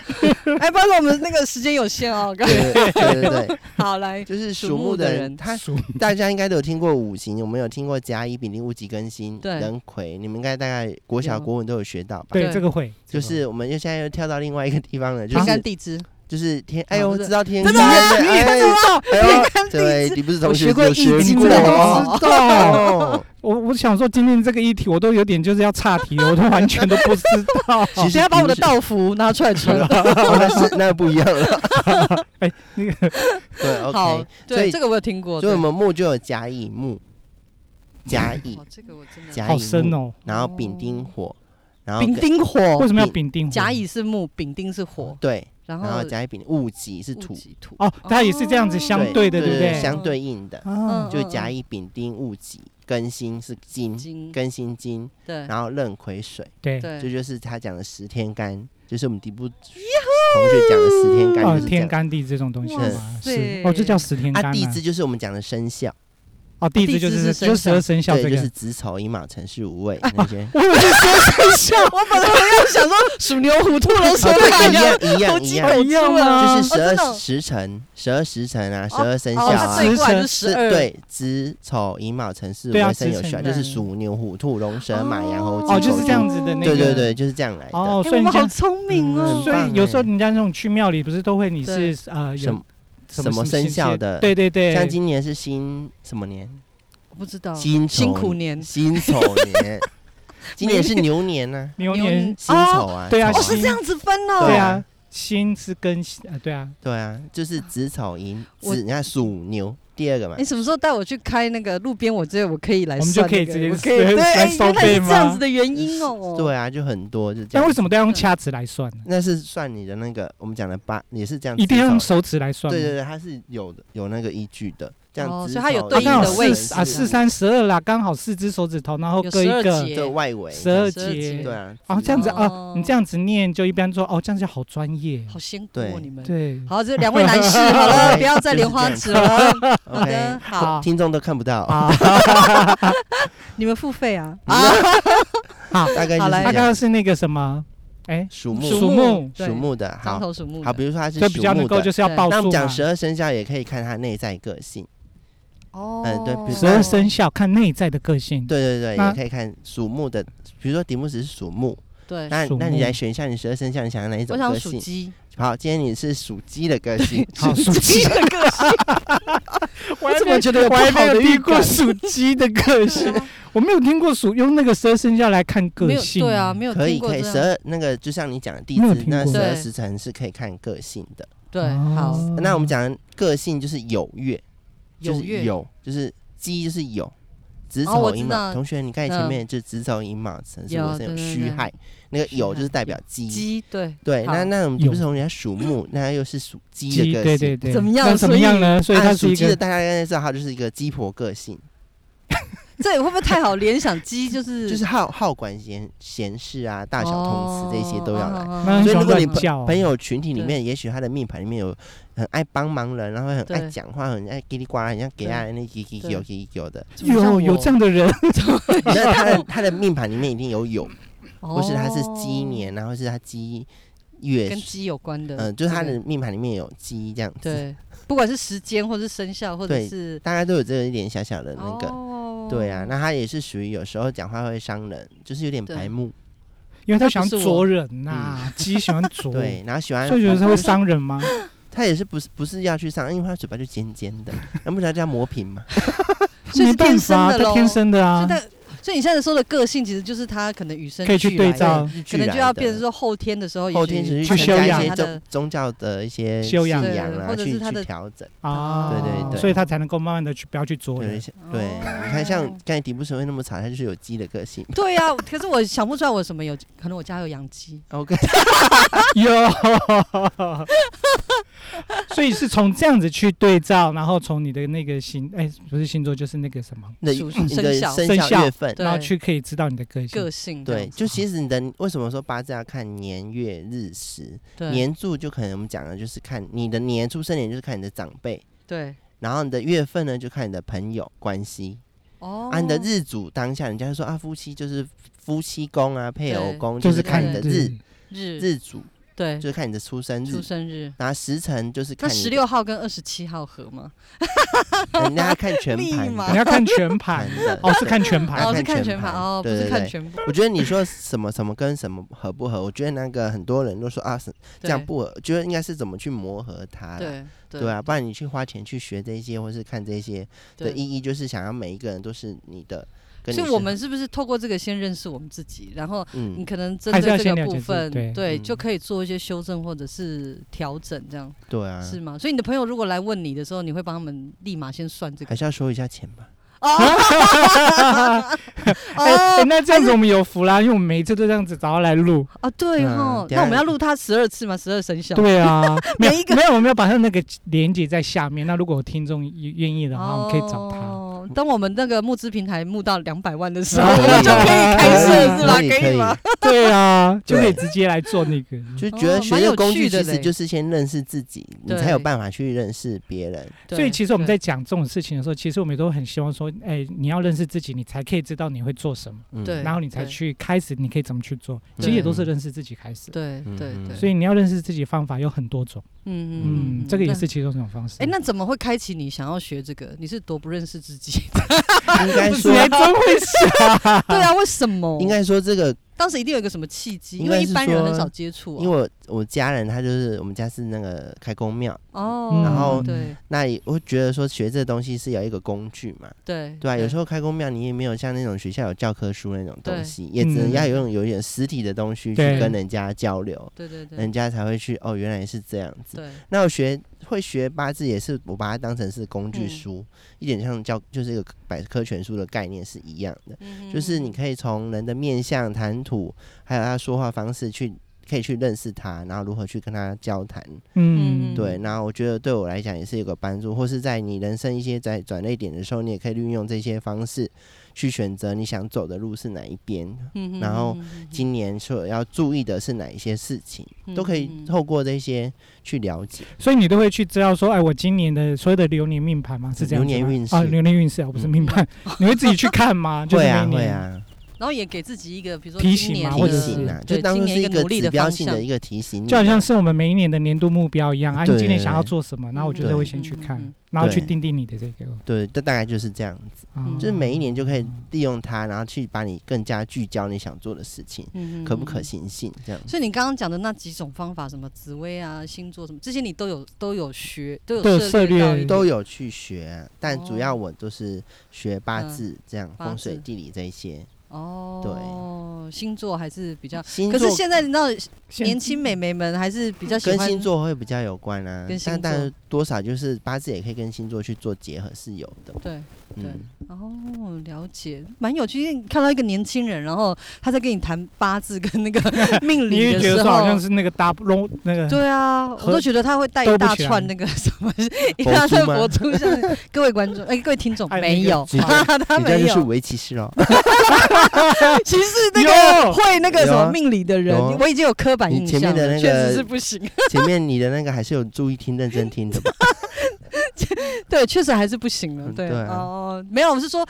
Speaker 2: 哎，不然我们那个时间有限哦。刚
Speaker 3: 对对对对对，
Speaker 2: 好来，
Speaker 3: 就是
Speaker 2: 属
Speaker 3: 属木
Speaker 2: 木的
Speaker 3: 的人，
Speaker 2: 人 <laughs>
Speaker 3: 他
Speaker 1: 属
Speaker 3: 大家应该都有听过五行，我们有听过甲乙丙丁戊己庚辛
Speaker 2: 对
Speaker 3: 壬癸，你们应该大概国小
Speaker 2: 有
Speaker 3: 国文都有学到吧？
Speaker 1: 对
Speaker 2: 对
Speaker 1: 这个会，
Speaker 3: 就是我们又现在又跳到另外一个地方了，就
Speaker 2: 天干
Speaker 3: 是
Speaker 2: 地支，
Speaker 3: 就是天，哎
Speaker 2: 啊
Speaker 3: 呦，
Speaker 2: 不是
Speaker 3: 知道天
Speaker 2: 真的
Speaker 3: 干
Speaker 2: 吗？
Speaker 3: 对
Speaker 2: 你也
Speaker 3: 哎
Speaker 2: 知道
Speaker 3: 哎
Speaker 2: 天干
Speaker 3: 呦，
Speaker 2: 地
Speaker 3: 对，
Speaker 2: 支？
Speaker 3: 你不是同
Speaker 2: 我
Speaker 3: 学
Speaker 2: 学过
Speaker 3: 有
Speaker 2: 易
Speaker 3: 学
Speaker 2: 经
Speaker 3: 过
Speaker 2: 的
Speaker 1: 我
Speaker 3: 哦
Speaker 1: 知道。
Speaker 3: 哦，
Speaker 1: 我我想说，今天这个议题我都有点就是要岔题了，我都完全都不知道。
Speaker 3: 其
Speaker 2: 等
Speaker 3: 实
Speaker 2: 下把我的
Speaker 3: 不是
Speaker 2: 道符拿出来
Speaker 3: <laughs>
Speaker 2: 穿。
Speaker 3: 哦那是那不一
Speaker 2: <laughs>
Speaker 3: 样了。
Speaker 1: 哎，那个
Speaker 3: 对
Speaker 2: 好
Speaker 3: ，OK，，所以
Speaker 2: 对，这个我有听过。
Speaker 3: 所以
Speaker 2: 对
Speaker 3: 我们木就有甲乙木，甲乙
Speaker 2: 哦，这个我真的
Speaker 3: 甲
Speaker 1: 好
Speaker 3: 乙
Speaker 1: 深
Speaker 3: 木，
Speaker 1: 哦，
Speaker 3: 然后丙丁火，然后
Speaker 2: 丙
Speaker 3: 跟
Speaker 2: 丁
Speaker 1: 为
Speaker 2: 火，
Speaker 1: 什么要
Speaker 3: 丙
Speaker 1: 丙丁？
Speaker 2: 甲乙是木，丙丁是火，
Speaker 3: 对，
Speaker 2: 然
Speaker 3: 然后
Speaker 2: 后
Speaker 3: 甲乙丙丁戊己是
Speaker 2: 戊
Speaker 3: 土，
Speaker 2: 己土
Speaker 1: 哦，它也是这样子相对的，
Speaker 3: 对
Speaker 1: 对不
Speaker 3: 对，
Speaker 1: 对？
Speaker 3: 相对应的，
Speaker 1: 啊
Speaker 2: 嗯
Speaker 3: 就甲乙丙丁戊己庚辛是金，
Speaker 2: 金
Speaker 3: 庚辛金，
Speaker 2: 对
Speaker 3: 然后壬癸水。
Speaker 1: 对，
Speaker 3: 这
Speaker 2: 嗯对，
Speaker 3: 就是他讲的十天干，就是我们底部同学讲的十天干，
Speaker 1: 哦
Speaker 3: 就，是这
Speaker 1: 天
Speaker 3: 样。
Speaker 1: 干地支这种东西
Speaker 3: 哇
Speaker 1: 嘛，是
Speaker 2: 塞
Speaker 1: 哦，这叫十天干
Speaker 3: 啊，
Speaker 1: 啊
Speaker 3: 地支就是我们讲的生肖，
Speaker 1: 哦，地支就
Speaker 2: 地支是
Speaker 1: 就
Speaker 2: 生肖
Speaker 1: 十二生肖
Speaker 3: 对，
Speaker 1: 这
Speaker 3: 就
Speaker 1: 个
Speaker 3: 是。子丑寅卯辰巳午未那些，
Speaker 1: 我以为是十二生 <laughs> 肖，
Speaker 2: 我本来要想说属牛、虎、兔、龙、蛇、
Speaker 1: <laughs>
Speaker 3: 哦
Speaker 2: 马
Speaker 3: 对，
Speaker 2: 羊，
Speaker 3: 一
Speaker 2: 猴
Speaker 3: 样一样一
Speaker 2: 鸡
Speaker 3: 样，
Speaker 2: 狗
Speaker 1: 一
Speaker 2: 猪
Speaker 1: 样
Speaker 2: 啊，
Speaker 1: 吗
Speaker 3: 就是十
Speaker 2: 哦真的
Speaker 3: 二
Speaker 2: 哦
Speaker 3: 时辰，十二时辰啊，十
Speaker 2: 哦
Speaker 3: 二生肖
Speaker 2: 哦，它
Speaker 3: 啊
Speaker 1: 是。
Speaker 2: 最过来就是
Speaker 3: 是
Speaker 2: 十二，
Speaker 3: 对，子丑寅卯辰巳午
Speaker 1: 对啊
Speaker 3: 未申酉
Speaker 1: 子
Speaker 3: 戌亥，
Speaker 1: 辰
Speaker 3: 就是
Speaker 2: 对
Speaker 3: 鼠牛虎兔龙蛇马羊猴鸡
Speaker 1: 哦
Speaker 3: 狗
Speaker 1: 就是
Speaker 3: 猪
Speaker 1: 这样子的那
Speaker 3: 对
Speaker 1: 个
Speaker 3: 对对，就是这样来的。
Speaker 1: 哦，
Speaker 2: 哎
Speaker 1: 所以
Speaker 2: 我
Speaker 1: 你
Speaker 2: 们好
Speaker 1: 讲，
Speaker 2: 聪明
Speaker 3: 嗯
Speaker 2: 哦，
Speaker 1: 所以有时候
Speaker 3: 很棒
Speaker 1: 人家那种去庙里不是都会你
Speaker 2: 对
Speaker 1: 是呃
Speaker 3: 什
Speaker 1: 有
Speaker 3: 么
Speaker 1: 什
Speaker 3: 什么生
Speaker 1: 星
Speaker 3: 肖
Speaker 1: 系
Speaker 3: 的
Speaker 1: 对对对，
Speaker 3: 像今年是新什么年？
Speaker 2: 我不知道，
Speaker 3: 辛丑
Speaker 2: 辛苦年
Speaker 3: 辛丑
Speaker 1: <laughs>
Speaker 3: 年，今年是牛年呢、
Speaker 1: 牛
Speaker 2: 牛
Speaker 1: 年
Speaker 2: 年
Speaker 3: 辛丑啊，
Speaker 1: 对啊
Speaker 3: 丑
Speaker 2: 哦是这样子分哦，
Speaker 1: 对
Speaker 3: 对
Speaker 1: 啊
Speaker 3: 啊，
Speaker 1: 心是跟呃对啊，
Speaker 3: 对啊，就是子丑寅
Speaker 2: 我
Speaker 3: 子，你看属牛第二个嘛
Speaker 1: 哎
Speaker 2: 你，什么时候带我去开那个路边？我这我可以来
Speaker 1: 我们
Speaker 2: 算
Speaker 1: 就可以
Speaker 2: 那个
Speaker 1: 直接
Speaker 2: 我可以对，
Speaker 1: 来
Speaker 2: 哎
Speaker 1: 收
Speaker 2: 原来
Speaker 1: 费
Speaker 2: 是这样
Speaker 1: 吗
Speaker 2: 子的原因哦。
Speaker 3: 对啊，就很多就这
Speaker 1: 但
Speaker 3: 样
Speaker 1: 为。什么都要用掐指来算呢？
Speaker 3: 那是算你的那个，我们讲的八也是这样子
Speaker 1: 一
Speaker 3: 找的，
Speaker 1: 定要用手指来算吗？
Speaker 3: 嗯对对对，它是有的有那个依据的，这样
Speaker 2: 哦
Speaker 3: 子
Speaker 2: 所以它有
Speaker 1: 啊，
Speaker 2: 对应
Speaker 1: 刚
Speaker 2: 的
Speaker 1: 好
Speaker 2: 位
Speaker 1: 四
Speaker 2: 置
Speaker 1: 啊四三十二啦，刚好四只手指头，然后
Speaker 2: 有
Speaker 1: 各一
Speaker 2: 12
Speaker 1: 个
Speaker 2: 节
Speaker 3: 的外围
Speaker 1: 十二
Speaker 2: 十二
Speaker 1: 节
Speaker 2: 节
Speaker 3: 对，啊，
Speaker 1: 哦这样子
Speaker 3: 啊，
Speaker 1: 啊，你这样子念就一般说哦，这样就好专业，
Speaker 2: 好辛苦
Speaker 3: 对
Speaker 2: 哦你们。
Speaker 1: 对，
Speaker 2: 好，这两位男士，好了，不要再莲花指了。
Speaker 1: 哦
Speaker 2: 好
Speaker 3: OK，
Speaker 2: 的，好，
Speaker 3: 听众都看不到，
Speaker 1: 啊，
Speaker 2: 你们付费啊？
Speaker 3: 大概就是
Speaker 2: 好
Speaker 1: 他啊
Speaker 2: 来
Speaker 3: 这
Speaker 1: 刚刚
Speaker 3: 样。
Speaker 1: 是那个什么，哎，
Speaker 3: 属
Speaker 2: 木
Speaker 3: 木
Speaker 1: 属木
Speaker 2: 对
Speaker 3: 属木的，
Speaker 2: 张
Speaker 3: 好
Speaker 2: 头属木的，
Speaker 3: 好，比如说它是
Speaker 1: 就比
Speaker 3: 属
Speaker 1: 较能
Speaker 3: 木
Speaker 1: 够就
Speaker 3: 的，
Speaker 1: 是要
Speaker 2: 对
Speaker 1: 报
Speaker 3: 那
Speaker 1: 数
Speaker 3: 我
Speaker 1: 啊
Speaker 3: 们讲
Speaker 1: 嘛。
Speaker 3: 十二生肖也可以看它内在个性，
Speaker 2: 哦，
Speaker 3: 嗯对比如
Speaker 1: 十二生肖看内在的个性，
Speaker 3: 对对对，
Speaker 1: 那
Speaker 3: 也可以看属木的，比如说底木子是属木，
Speaker 2: 对，
Speaker 3: 那
Speaker 1: 属
Speaker 3: 那你
Speaker 1: 木
Speaker 3: 来选一下你十二生肖，你想要哪一
Speaker 2: 我
Speaker 3: 种
Speaker 2: 想
Speaker 3: 个
Speaker 2: 属
Speaker 3: 性？
Speaker 2: 鸡，
Speaker 3: 好，今天你是属鸡的个性，
Speaker 1: <laughs>
Speaker 3: <laughs>
Speaker 1: 好属
Speaker 2: 鸡
Speaker 1: 鸡，
Speaker 2: 的个性，
Speaker 1: 我
Speaker 2: 怎么觉得有
Speaker 1: 我
Speaker 2: 不
Speaker 1: 还没
Speaker 2: 好
Speaker 1: 有
Speaker 2: 的预
Speaker 1: 听过
Speaker 2: 感
Speaker 1: 属鸡的个
Speaker 3: <laughs>
Speaker 1: 性，我没有听过属用那个十二生肖来看个
Speaker 2: 没有
Speaker 1: 性，
Speaker 2: 对啊，，没有
Speaker 3: 可以
Speaker 2: 听过
Speaker 3: 可以，
Speaker 2: 这
Speaker 3: 十
Speaker 2: 样，
Speaker 3: 二那个就像你讲的地
Speaker 1: 没有
Speaker 3: 支
Speaker 1: 听，
Speaker 3: 那
Speaker 1: 过
Speaker 3: 十二
Speaker 2: 对
Speaker 3: 时辰是可以看个性的。
Speaker 2: 对，好，
Speaker 1: 哦
Speaker 3: 那我们讲个性就是有月，就
Speaker 2: 有
Speaker 3: 是
Speaker 2: 月
Speaker 3: 有，就是鸡就是有，子
Speaker 2: 哦我
Speaker 3: 丑
Speaker 2: 知
Speaker 3: 寅卯。
Speaker 2: 道
Speaker 3: 同学，你看前
Speaker 2: 嗯
Speaker 3: 面就子丑寅卯，辰是
Speaker 2: 有
Speaker 3: 我是有
Speaker 2: 对对
Speaker 3: 戌
Speaker 2: 对
Speaker 3: 亥，那个
Speaker 2: 戌
Speaker 3: 酉
Speaker 2: 亥
Speaker 3: 就是代表鸡。
Speaker 2: 鸡，对，
Speaker 3: 对，
Speaker 2: 好
Speaker 3: 那那我们不
Speaker 1: 有
Speaker 3: 是同学属木，那又是属鸡
Speaker 1: 鸡，
Speaker 3: 的个
Speaker 1: 对
Speaker 3: 性
Speaker 1: 对。对，
Speaker 2: 怎么样
Speaker 1: 那怎么
Speaker 2: 所以
Speaker 1: 样呢？所以它
Speaker 3: 按
Speaker 1: 是
Speaker 3: 属
Speaker 1: 一
Speaker 3: 啊鸡的，
Speaker 1: 个
Speaker 3: 大家应该知道，它就是一个鸡婆个性，
Speaker 2: 这会不会太好联想？
Speaker 3: <laughs>
Speaker 2: 鸡就是
Speaker 3: 就是好好管闲闲事啊，大小通吃这些都要来。
Speaker 1: 那
Speaker 2: 来
Speaker 1: 很
Speaker 3: 所以
Speaker 1: 喜
Speaker 3: 如
Speaker 1: 欢
Speaker 3: 果你
Speaker 1: 乱
Speaker 3: 朋
Speaker 1: 哦叫哦，
Speaker 3: 朋友群体里面，也许他的命盘里面有很爱帮忙人，然后很爱
Speaker 2: 对
Speaker 3: 讲话，很爱叽里呱啦，很像给啊那叽叽
Speaker 2: 对
Speaker 3: 有叽叽有的。
Speaker 1: 有有这样的人， <laughs>
Speaker 3: 那他的他的命盘里面一定有有，
Speaker 2: 不
Speaker 3: 或是他是鸡，年，然后是他鸡
Speaker 2: 哦
Speaker 3: 月
Speaker 2: 跟，鸡有关的，
Speaker 3: 嗯，就是他
Speaker 2: 这
Speaker 3: 的
Speaker 2: 个
Speaker 3: 命盘里面有鸡这样子，
Speaker 2: 对， <laughs> 不管是时间或是生肖或者
Speaker 3: 对
Speaker 2: 是
Speaker 3: 大家都有这一点小小的那个。
Speaker 2: 哦
Speaker 3: 对啊，那他也是属于有时候讲话会伤人，就是有点
Speaker 2: 对
Speaker 3: 白目，
Speaker 1: 因为他
Speaker 2: 那
Speaker 1: 喜欢
Speaker 2: 不是我
Speaker 1: 啄人呐，鸡喜欢啄，
Speaker 3: <laughs> 对，然后喜欢
Speaker 1: 哦所以觉得他会伤人吗？
Speaker 3: 他也是不是不是要去上，因为他嘴巴就尖尖的，那不是要叫磨平嘛？
Speaker 2: 所以
Speaker 1: 没
Speaker 2: 是天
Speaker 1: 办
Speaker 2: 生
Speaker 1: 法，
Speaker 2: 的
Speaker 1: 他
Speaker 2: 喽。
Speaker 1: 天生的啊
Speaker 2: 所以，他，所以你现在说的个性，其实就是他可能与生
Speaker 1: 可以去
Speaker 2: 俱
Speaker 1: 对
Speaker 2: 来的
Speaker 3: <laughs>
Speaker 1: 照
Speaker 3: 对
Speaker 2: 可能就要变成说后天的时候，也
Speaker 3: 后
Speaker 2: 许
Speaker 3: 天
Speaker 1: 去
Speaker 3: 只是
Speaker 1: 修
Speaker 3: 参加
Speaker 1: 养
Speaker 3: 一些
Speaker 2: 他的
Speaker 3: 宗宗教的一些
Speaker 1: 修养
Speaker 3: 信仰
Speaker 2: 对
Speaker 3: 啊，
Speaker 2: 或者
Speaker 3: 去
Speaker 2: 是他
Speaker 3: 去
Speaker 2: 的
Speaker 3: 调整。
Speaker 1: 啊，
Speaker 2: 对对对
Speaker 1: 所以他才能够慢慢的去不要去啄
Speaker 3: 对
Speaker 1: 人。
Speaker 3: 对，
Speaker 2: 哦
Speaker 3: 你看像刚才迪布什会那么吵，他就是有鸡的个性。
Speaker 2: 对呀、可是我想不出来我什么有，可能我家有养鸡，
Speaker 3: OK，
Speaker 1: 有， <laughs> 所以是从这样子去对照，然后从你的那个星，哎，不是星座，就是那个什么，
Speaker 3: 那
Speaker 2: 属
Speaker 3: 你
Speaker 2: 生
Speaker 3: 的
Speaker 2: 肖
Speaker 3: 生
Speaker 1: 生
Speaker 3: 肖
Speaker 1: 肖
Speaker 3: 月份，
Speaker 2: 对
Speaker 1: 然后去可以知道你的个性
Speaker 2: 个。性这
Speaker 3: 对，
Speaker 2: 样子
Speaker 3: 就其实你的为什么说八字要看年月日时？
Speaker 2: 对
Speaker 3: 年柱就可能我们讲的就是看你的年出生年就是看你的长辈，
Speaker 2: 对
Speaker 3: 然后你的月份呢就看你的朋友关系。
Speaker 2: 哦，
Speaker 3: 啊按的日主当下，人家就说啊，夫妻就是夫妻宫啊，配偶
Speaker 2: 对
Speaker 3: 宫，
Speaker 1: 就是是
Speaker 3: 看
Speaker 1: 看
Speaker 3: 你
Speaker 2: 对
Speaker 3: 的
Speaker 1: 对
Speaker 3: 日
Speaker 2: 日
Speaker 3: 日主，
Speaker 2: 对
Speaker 3: 就是看你的出生日
Speaker 2: 出，生日，
Speaker 3: 然后时辰就是
Speaker 2: 那
Speaker 3: 看你
Speaker 2: 十
Speaker 3: 的
Speaker 2: 六号跟二十七号合吗？
Speaker 3: 人家要看
Speaker 2: <laughs>
Speaker 3: 全
Speaker 2: 立
Speaker 3: 盘
Speaker 2: 马
Speaker 1: 你
Speaker 3: 的，
Speaker 1: 要看全盘
Speaker 3: <laughs> 盘的
Speaker 1: 哦，是看全
Speaker 3: 还
Speaker 1: <laughs> 盘
Speaker 3: 要
Speaker 2: 哦，是
Speaker 3: 看
Speaker 2: 看
Speaker 3: 全
Speaker 2: 全
Speaker 3: 盘
Speaker 2: 盘哦，不
Speaker 3: 对对
Speaker 2: 是看
Speaker 3: 对
Speaker 2: 全部，
Speaker 3: 我觉得你说什么什么跟什么合不合，我觉得那个很多人都说啊，是这样
Speaker 2: 对
Speaker 3: 不合，觉得应该是怎么去磨合它啦。
Speaker 2: 对
Speaker 3: 对啊，不然你去花钱去学这些，或是看这些的
Speaker 2: 对
Speaker 3: 意义，就是想要每一个人都是你的，跟你
Speaker 2: 所以
Speaker 3: 是
Speaker 2: 我们是不是透过这个先认识我们自己，然后你
Speaker 3: 嗯，
Speaker 2: 可能针
Speaker 1: 还是要
Speaker 2: 对这
Speaker 1: 先
Speaker 2: 个
Speaker 1: 了解
Speaker 2: 部
Speaker 1: 自己
Speaker 2: 分，
Speaker 1: 对
Speaker 3: 嗯
Speaker 2: 就可以做一些修正或者是调整，这样、
Speaker 3: 对啊，
Speaker 2: 是吗？所以你的朋友如果来问你的时候，你会帮他们立马先算这个
Speaker 3: 还是要收一下钱吧。
Speaker 2: 哦
Speaker 3: 啊
Speaker 1: 哎哎
Speaker 2: 哦
Speaker 1: 那这样子我们有福啦，因为我们每一次都这样子找他来录。
Speaker 2: 哦，对
Speaker 3: 嗯
Speaker 2: 哦，
Speaker 3: 等
Speaker 2: 那我们
Speaker 3: 下
Speaker 2: 要录他十二次吗？十二生肖。
Speaker 1: 对
Speaker 2: <laughs>
Speaker 1: 啊，没有
Speaker 2: 每一个
Speaker 1: 没有，我们要把他的那个连接在下面。那如果有听众愿意的话，我们可以找他。
Speaker 2: 哦。当我们那个募资平台募到两百万的时候，
Speaker 1: 啊
Speaker 2: 我们 <laughs> 就可以开设是吧？
Speaker 3: 可以可以
Speaker 2: 吗？
Speaker 1: 对啊，就可以
Speaker 3: 对
Speaker 1: 直接来做那个。
Speaker 2: <laughs>
Speaker 3: 就觉得
Speaker 2: 哦蛮
Speaker 3: 学这个
Speaker 2: 有
Speaker 3: 工具
Speaker 2: 趣
Speaker 3: 其
Speaker 2: 的
Speaker 3: 实
Speaker 2: 嘞
Speaker 3: 就是先认识自己，你才有办法去认识别人。
Speaker 1: 所以其实我们在
Speaker 2: 对
Speaker 1: 讲这种事情的时候，其实我们都很希望说，哎，你要认识自己，你才可以知道你会做什么，
Speaker 3: 嗯
Speaker 2: 对
Speaker 1: 然后你才
Speaker 2: 对
Speaker 1: 去开始，你可以怎么去做。其实也都是认识自己开始。
Speaker 2: 对对对
Speaker 3: 嗯
Speaker 2: 对，
Speaker 1: 所以你要认识自己的方法有很多种，
Speaker 2: 嗯
Speaker 1: 嗯，这个也是。其中一种方式。
Speaker 2: 哎，那怎么会开启你想要学这个？你是多不认识自己？<laughs>
Speaker 3: 应该
Speaker 1: 你
Speaker 3: 说，啊
Speaker 1: 还真会 <laughs> 想，
Speaker 2: 对啊，为什么？
Speaker 3: 应该说这个，
Speaker 2: 当时一定有一个什么契机，
Speaker 3: 应
Speaker 2: 因
Speaker 3: 该
Speaker 2: 为
Speaker 3: 是
Speaker 2: 一般人
Speaker 3: 说
Speaker 2: 很少接触啊。
Speaker 3: 因为我我家人他就是我们家是那个开公庙，
Speaker 2: 哦，
Speaker 1: 然
Speaker 3: 后
Speaker 2: 对
Speaker 3: 那也我会觉得说学这东西是有一个工具嘛，
Speaker 2: 对
Speaker 3: 对啊，有时候开公庙你也没有像那种学校有教科书那种东
Speaker 2: 对
Speaker 3: 西，也只能
Speaker 1: 嗯
Speaker 3: 要有一种有一点实体的东西去
Speaker 1: 对
Speaker 3: 跟人家交流，
Speaker 2: 对对对
Speaker 3: 人家才会去哦，原来是这样子。
Speaker 2: 对
Speaker 3: 那我学会学八字也是我把它当成是工具
Speaker 2: 嗯
Speaker 3: 书，一点像教就是一个百科全书的概念是一样的。
Speaker 2: 对，
Speaker 3: 就是你可以从人的面相、谈吐，还有他说话方式去，可以去认识他，然后如何去跟他交谈。
Speaker 1: 嗯，
Speaker 3: 对，那我觉得对我来讲也是有个帮助，或是在你人生一些在转捩点的时候，你也可以运用这些方式去选择你想走的路是哪一边。
Speaker 2: 嗯，
Speaker 3: 然后
Speaker 2: 嗯嗯嗯
Speaker 3: 今年所要注意的是哪一些事情，
Speaker 2: 嗯
Speaker 3: 都可以
Speaker 2: 嗯
Speaker 3: 透过这些去了解。
Speaker 1: 所以你都会去知道说，哎，我今年的所有的流年命盘吗？是这样子吗哦
Speaker 3: 流年运势嗯 <laughs>
Speaker 1: 啊，流年运势啊，不是命盘，你会自己去看吗？就是
Speaker 3: 会啊，
Speaker 1: 每
Speaker 3: 会
Speaker 1: 年。
Speaker 3: 啊，
Speaker 2: 然后也给自己一个比如说
Speaker 1: 提
Speaker 2: 今
Speaker 1: 醒
Speaker 2: 年
Speaker 1: 嘛
Speaker 2: 的
Speaker 1: 或者
Speaker 3: 提醒啊，就
Speaker 2: 对
Speaker 3: 当
Speaker 2: 今
Speaker 3: 做
Speaker 2: 年
Speaker 3: 是
Speaker 2: 一
Speaker 3: 个
Speaker 2: 努力
Speaker 3: 指
Speaker 2: 的
Speaker 3: 标
Speaker 2: 方
Speaker 3: 性
Speaker 2: 向
Speaker 3: 的一个提醒你啊，
Speaker 1: 就好像是我们每一年的年度目标一样啊，你今年想要做什么，然后我就
Speaker 3: 对
Speaker 1: 是会先去看
Speaker 2: 嗯嗯，
Speaker 1: 然后去
Speaker 3: 对
Speaker 1: 定定你的这个，
Speaker 3: 对，大大概就是这样子，
Speaker 1: 啊
Speaker 3: 就是每一
Speaker 2: 嗯
Speaker 3: 年就可以利用它，然后去把你更加聚焦你想做的事情，
Speaker 2: 嗯
Speaker 3: 可不可
Speaker 2: 行？
Speaker 3: 行性这样。
Speaker 2: 所以你刚刚讲的那几种方法，什么紫薇啊、星座什么，这些你都有都有学，都
Speaker 1: 都有
Speaker 2: 有
Speaker 1: 涉
Speaker 2: 涉
Speaker 1: 猎
Speaker 2: 到一点
Speaker 3: 都有去学，但主要
Speaker 2: 哦
Speaker 3: 我都是学八
Speaker 2: 嗯
Speaker 3: 字这样，
Speaker 2: 八
Speaker 3: 风水
Speaker 2: 字
Speaker 3: 地理这一些。
Speaker 2: 哦，对，星座还是比较。
Speaker 3: 星
Speaker 2: 可
Speaker 3: 座
Speaker 2: 是现在你知道，
Speaker 1: 现
Speaker 2: 年轻美眉们还是比较喜
Speaker 3: 跟
Speaker 2: 欢
Speaker 3: 星座会比较有关啊
Speaker 2: 跟，
Speaker 3: 但
Speaker 2: 星
Speaker 3: 但多少就是八字也可以跟星座去做结合是有的。
Speaker 2: 对。对
Speaker 3: 嗯，
Speaker 2: 哦，了解，蛮有趣。因为你看到一个年轻人，然后他在跟你谈八字跟那个命
Speaker 1: 你
Speaker 2: 理
Speaker 1: 也
Speaker 2: 的
Speaker 1: 觉
Speaker 2: 时
Speaker 1: 得
Speaker 2: 候
Speaker 1: 说，好像是那个 double 那个
Speaker 2: 对啊，
Speaker 1: 合
Speaker 2: 我都觉得他会带
Speaker 1: 兜
Speaker 2: 一
Speaker 1: 不
Speaker 2: 大
Speaker 1: 起来
Speaker 2: 串那个什么， <laughs> 一
Speaker 3: 佛
Speaker 2: 大
Speaker 3: 珠
Speaker 2: 串
Speaker 3: 吗
Speaker 2: 佛珠像是。各位观众，哎，各位听众，
Speaker 1: 还有那
Speaker 2: 没
Speaker 1: 个
Speaker 2: 有，啊
Speaker 3: 指
Speaker 2: 哈哈 <laughs> 他
Speaker 3: 你这
Speaker 2: 没
Speaker 3: 就是
Speaker 2: 有。
Speaker 3: 围棋师哦，
Speaker 2: <laughs> 其实那个
Speaker 1: 有
Speaker 2: 会那个什
Speaker 3: 有
Speaker 2: 么
Speaker 3: 啊
Speaker 2: 命理的人
Speaker 3: 有啊，
Speaker 2: 我已经有刻板印象
Speaker 3: 你前面的
Speaker 2: 了，
Speaker 3: 那个
Speaker 2: 确实是不
Speaker 3: <laughs>
Speaker 2: 行。
Speaker 3: 前面你的那个还是有注意听、认真听的吧？
Speaker 2: 对，确实还是不行了。
Speaker 3: 嗯
Speaker 2: 对，
Speaker 3: 对啊
Speaker 2: 哦，没有，我是说，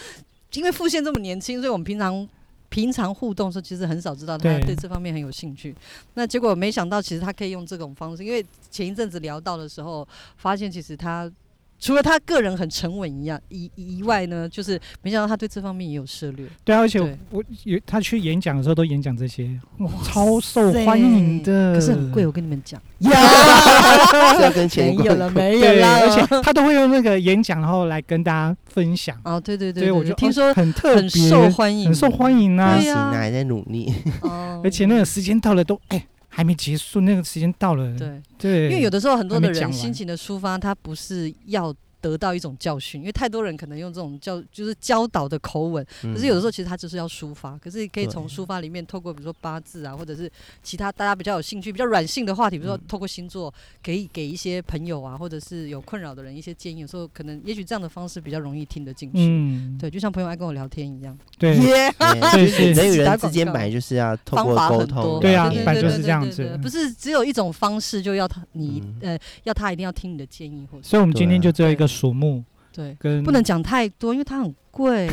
Speaker 2: 因为付现这么年轻，所以我们平常。平常互动的时候，其实很少知道他
Speaker 1: 对
Speaker 2: 对这方面很有兴趣。那结果没想到，其实他可以用这种方式，因为前一阵子聊到的时候，发现其实他除了他个人很沉稳一样以以外呢，就是没想到他对这方面也有涉
Speaker 3: <laughs>
Speaker 2: 猎。
Speaker 1: <laughs> 对啊，而且
Speaker 2: 对
Speaker 1: 我有他去演讲的时候都演讲这些，哇，超受欢迎的，
Speaker 2: 可是很贵，我跟你们讲，
Speaker 3: <laughs>
Speaker 2: <laughs>
Speaker 3: 是要跟前
Speaker 2: 没
Speaker 3: 一个
Speaker 2: 有了，没有
Speaker 1: 对，
Speaker 3: 啊
Speaker 2: 了，
Speaker 1: 而且他都会用那个演讲，然后来跟大家分享，
Speaker 2: 哦，对对
Speaker 1: 所
Speaker 2: 对，
Speaker 1: 以
Speaker 2: 对
Speaker 1: 我
Speaker 2: 对
Speaker 1: 就
Speaker 2: 听
Speaker 1: 哦
Speaker 2: 说
Speaker 1: 很特
Speaker 2: 很
Speaker 1: 别，
Speaker 2: 受欢迎，
Speaker 1: 很受欢迎啊
Speaker 3: 不
Speaker 2: 对
Speaker 3: 行
Speaker 2: 呀
Speaker 3: 啊，还在努力。
Speaker 2: 哦
Speaker 1: <laughs> 而且那个时间到了都哎还没结束，那个时间到了，
Speaker 2: 对，
Speaker 1: 对，
Speaker 2: 因为有的时候很多
Speaker 1: 还没
Speaker 2: 的
Speaker 1: 讲
Speaker 2: 人
Speaker 1: 完
Speaker 2: 心情的抒发，他不是要。得到一种教训，因为太多人可能用这种教就是教导的口吻，
Speaker 3: 可
Speaker 2: 可是有
Speaker 1: 嗯
Speaker 2: 的时候其实他就是要抒发，可是可以
Speaker 3: 对
Speaker 2: 从抒发里面透过比如说八字啊，或者是其他大家比较有兴趣、比较软性的话题，比如说
Speaker 3: 嗯
Speaker 2: 透过星座，可以给一些朋友啊，或者是有困扰的人一些建议，有时候可能也许这样的方式比较容易听得进去。
Speaker 1: 嗯，
Speaker 2: 对，就像朋友爱跟我聊天一样，
Speaker 1: 对
Speaker 2: 耶
Speaker 3: 候
Speaker 1: 对是
Speaker 3: 人与
Speaker 2: 打
Speaker 3: 人之
Speaker 2: 广
Speaker 3: 间
Speaker 2: 告
Speaker 3: 本来就是要透
Speaker 2: 方
Speaker 3: 过
Speaker 2: 法
Speaker 3: 沟
Speaker 2: 很
Speaker 3: 通
Speaker 2: 多，
Speaker 3: 聊
Speaker 1: 对啊
Speaker 3: 天，
Speaker 1: 本来
Speaker 2: 对对
Speaker 1: 就是
Speaker 2: 对
Speaker 1: 这样
Speaker 2: 对对
Speaker 1: 子
Speaker 2: 不是只有一种方式就要他你、
Speaker 3: 嗯
Speaker 2: 呃要他一定要听你的建议或者
Speaker 1: 所以我们今天就只有一
Speaker 2: 对
Speaker 1: 个属木
Speaker 2: 对，
Speaker 3: 嗯
Speaker 1: 跟
Speaker 2: 不能讲太多，因为它很贵。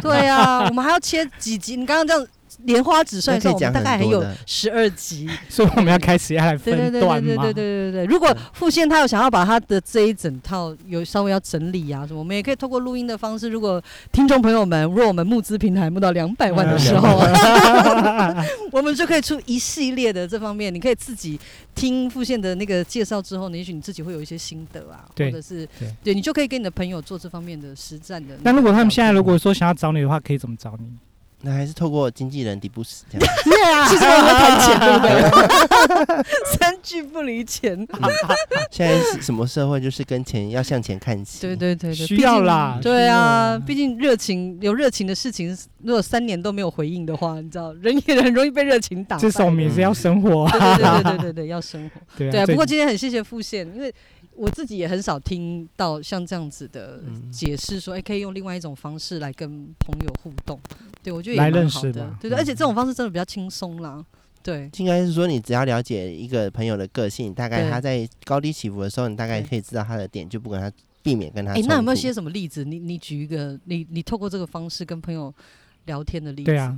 Speaker 2: 对啊，我们还要切几集，你刚刚这样莲花指算一算，
Speaker 3: 那可
Speaker 2: 我
Speaker 3: 以讲
Speaker 2: 们大概还
Speaker 3: 很多
Speaker 2: 有
Speaker 3: 的
Speaker 2: 十二集。
Speaker 1: 所以我们要开始要来
Speaker 2: 对对
Speaker 1: 分
Speaker 2: 对对
Speaker 1: 段
Speaker 2: 对
Speaker 1: 嘛，
Speaker 2: 对对对对。如果付现他有想要把他的这一整套有稍微要整理啊什么，我们也可以透过录音的方式。如果听众朋友们，如果我们募资平台募到两百万的时候，我们就可以出一系列的这方面，你可以自己听付现的那个介绍之后，呢，也许你自己会有一些心得啊，
Speaker 1: 对
Speaker 2: 或者是
Speaker 1: 对
Speaker 2: 你就可以跟你的朋友做这方面的实战的。
Speaker 1: 那如果他们现在如果说想要找你的话，可以怎么找你？
Speaker 3: 那还是透过经纪人迪布斯这样。
Speaker 2: 其实我们在谈钱，对不对？三句不离钱，
Speaker 3: 现在是什么社会就是跟钱要向前看齐，
Speaker 2: 对对对对，
Speaker 1: 需要啦
Speaker 2: 毕竟对啊
Speaker 1: 需要啦，
Speaker 2: 毕竟热情有热情的事情，如果三年都没有回应的话，你知道，人也 <laughs> 很容易被热情打败。
Speaker 1: 至少我们也是要生活啊，
Speaker 2: 对对对对对对，要生活。
Speaker 1: <laughs> 对
Speaker 2: 对啊，
Speaker 1: 啊，
Speaker 2: 不过
Speaker 1: 这
Speaker 2: 今天很谢谢付宪，因为我自己也很少听到像这样子的
Speaker 3: 嗯
Speaker 2: 解释，说哎、可以用另外一种方式来跟朋友互动。对，我觉得也
Speaker 1: 来
Speaker 2: 蛮
Speaker 1: 认
Speaker 2: 好
Speaker 1: 识嗯
Speaker 2: 的
Speaker 1: 吧，
Speaker 2: 对对，而且这种方式真的比较轻松啦。对，
Speaker 3: 应该是说，你只要了解一个朋友的个性，大概
Speaker 2: 对
Speaker 3: 他在高低起伏的时候，你大概
Speaker 2: 对
Speaker 3: 可以知道他的点，就不跟他避免跟他
Speaker 2: 哎、
Speaker 3: 冲突。
Speaker 2: 那有没有些什么例子？你你举一个，你你透过这个方式跟朋友聊天的例子？
Speaker 1: 对啊，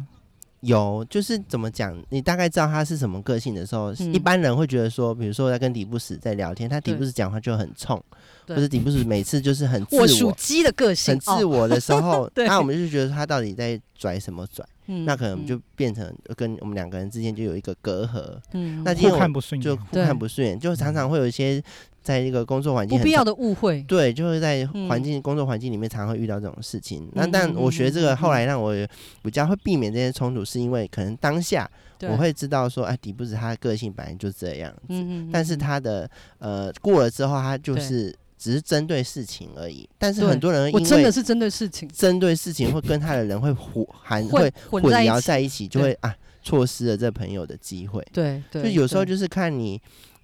Speaker 3: 有，就是怎么讲，你大概知道他是什么个性的时候，
Speaker 2: 嗯
Speaker 3: 一般人会觉得说，比如说在跟迪布斯在聊天，他迪
Speaker 2: 对
Speaker 3: 布斯讲话就很冲，
Speaker 2: 对
Speaker 3: 或者迪布斯每次就是很自
Speaker 2: 我属
Speaker 3: 我、
Speaker 2: 鸡的个性哦，
Speaker 3: 很，自我的时候
Speaker 2: 对
Speaker 3: 那我们就觉得他到底在拽什么拽，
Speaker 2: 嗯
Speaker 3: 那可能就变成跟我们两个人之间就有一个隔阂，
Speaker 2: 嗯
Speaker 3: 那
Speaker 2: 嗯
Speaker 3: 今天
Speaker 1: 互啊
Speaker 3: 我
Speaker 1: 看不顺
Speaker 3: 就
Speaker 1: 眼，
Speaker 3: 互
Speaker 2: 对
Speaker 3: 看不顺眼，就常常会有一些在一个工作环
Speaker 2: 不
Speaker 3: 境很
Speaker 2: 必
Speaker 3: 差
Speaker 2: 要的误会，
Speaker 3: 对，就是在
Speaker 2: 嗯
Speaker 3: 环境、工作环境里面，常会遇到这种事情。那
Speaker 2: 嗯
Speaker 3: 但
Speaker 2: 嗯
Speaker 3: 我
Speaker 2: 嗯
Speaker 3: 学这
Speaker 2: 嗯嗯
Speaker 3: 个，后来让我比较会避免这些冲突，是因为可能当下
Speaker 2: 对
Speaker 3: 我会知道说，哎，迪布斯他的个性本来就这样，
Speaker 2: 嗯嗯嗯
Speaker 3: 但是
Speaker 2: 嗯
Speaker 3: 他的呃过了之后，他就
Speaker 2: 对
Speaker 3: 是只是针对事情而已。但是
Speaker 2: 对
Speaker 3: 很多人
Speaker 2: 我
Speaker 3: 因
Speaker 2: 真的
Speaker 3: 为
Speaker 2: 是针对事情
Speaker 3: 针对事情会跟他的人会混含
Speaker 2: 混
Speaker 3: 会
Speaker 2: 混
Speaker 3: 混
Speaker 2: 在一
Speaker 3: 淆
Speaker 2: 起，
Speaker 3: 在一起，就
Speaker 2: 对
Speaker 3: 会啊错失了这朋友的机会。
Speaker 2: 对对，
Speaker 3: 就有时候
Speaker 2: 对嗯
Speaker 3: 就是看你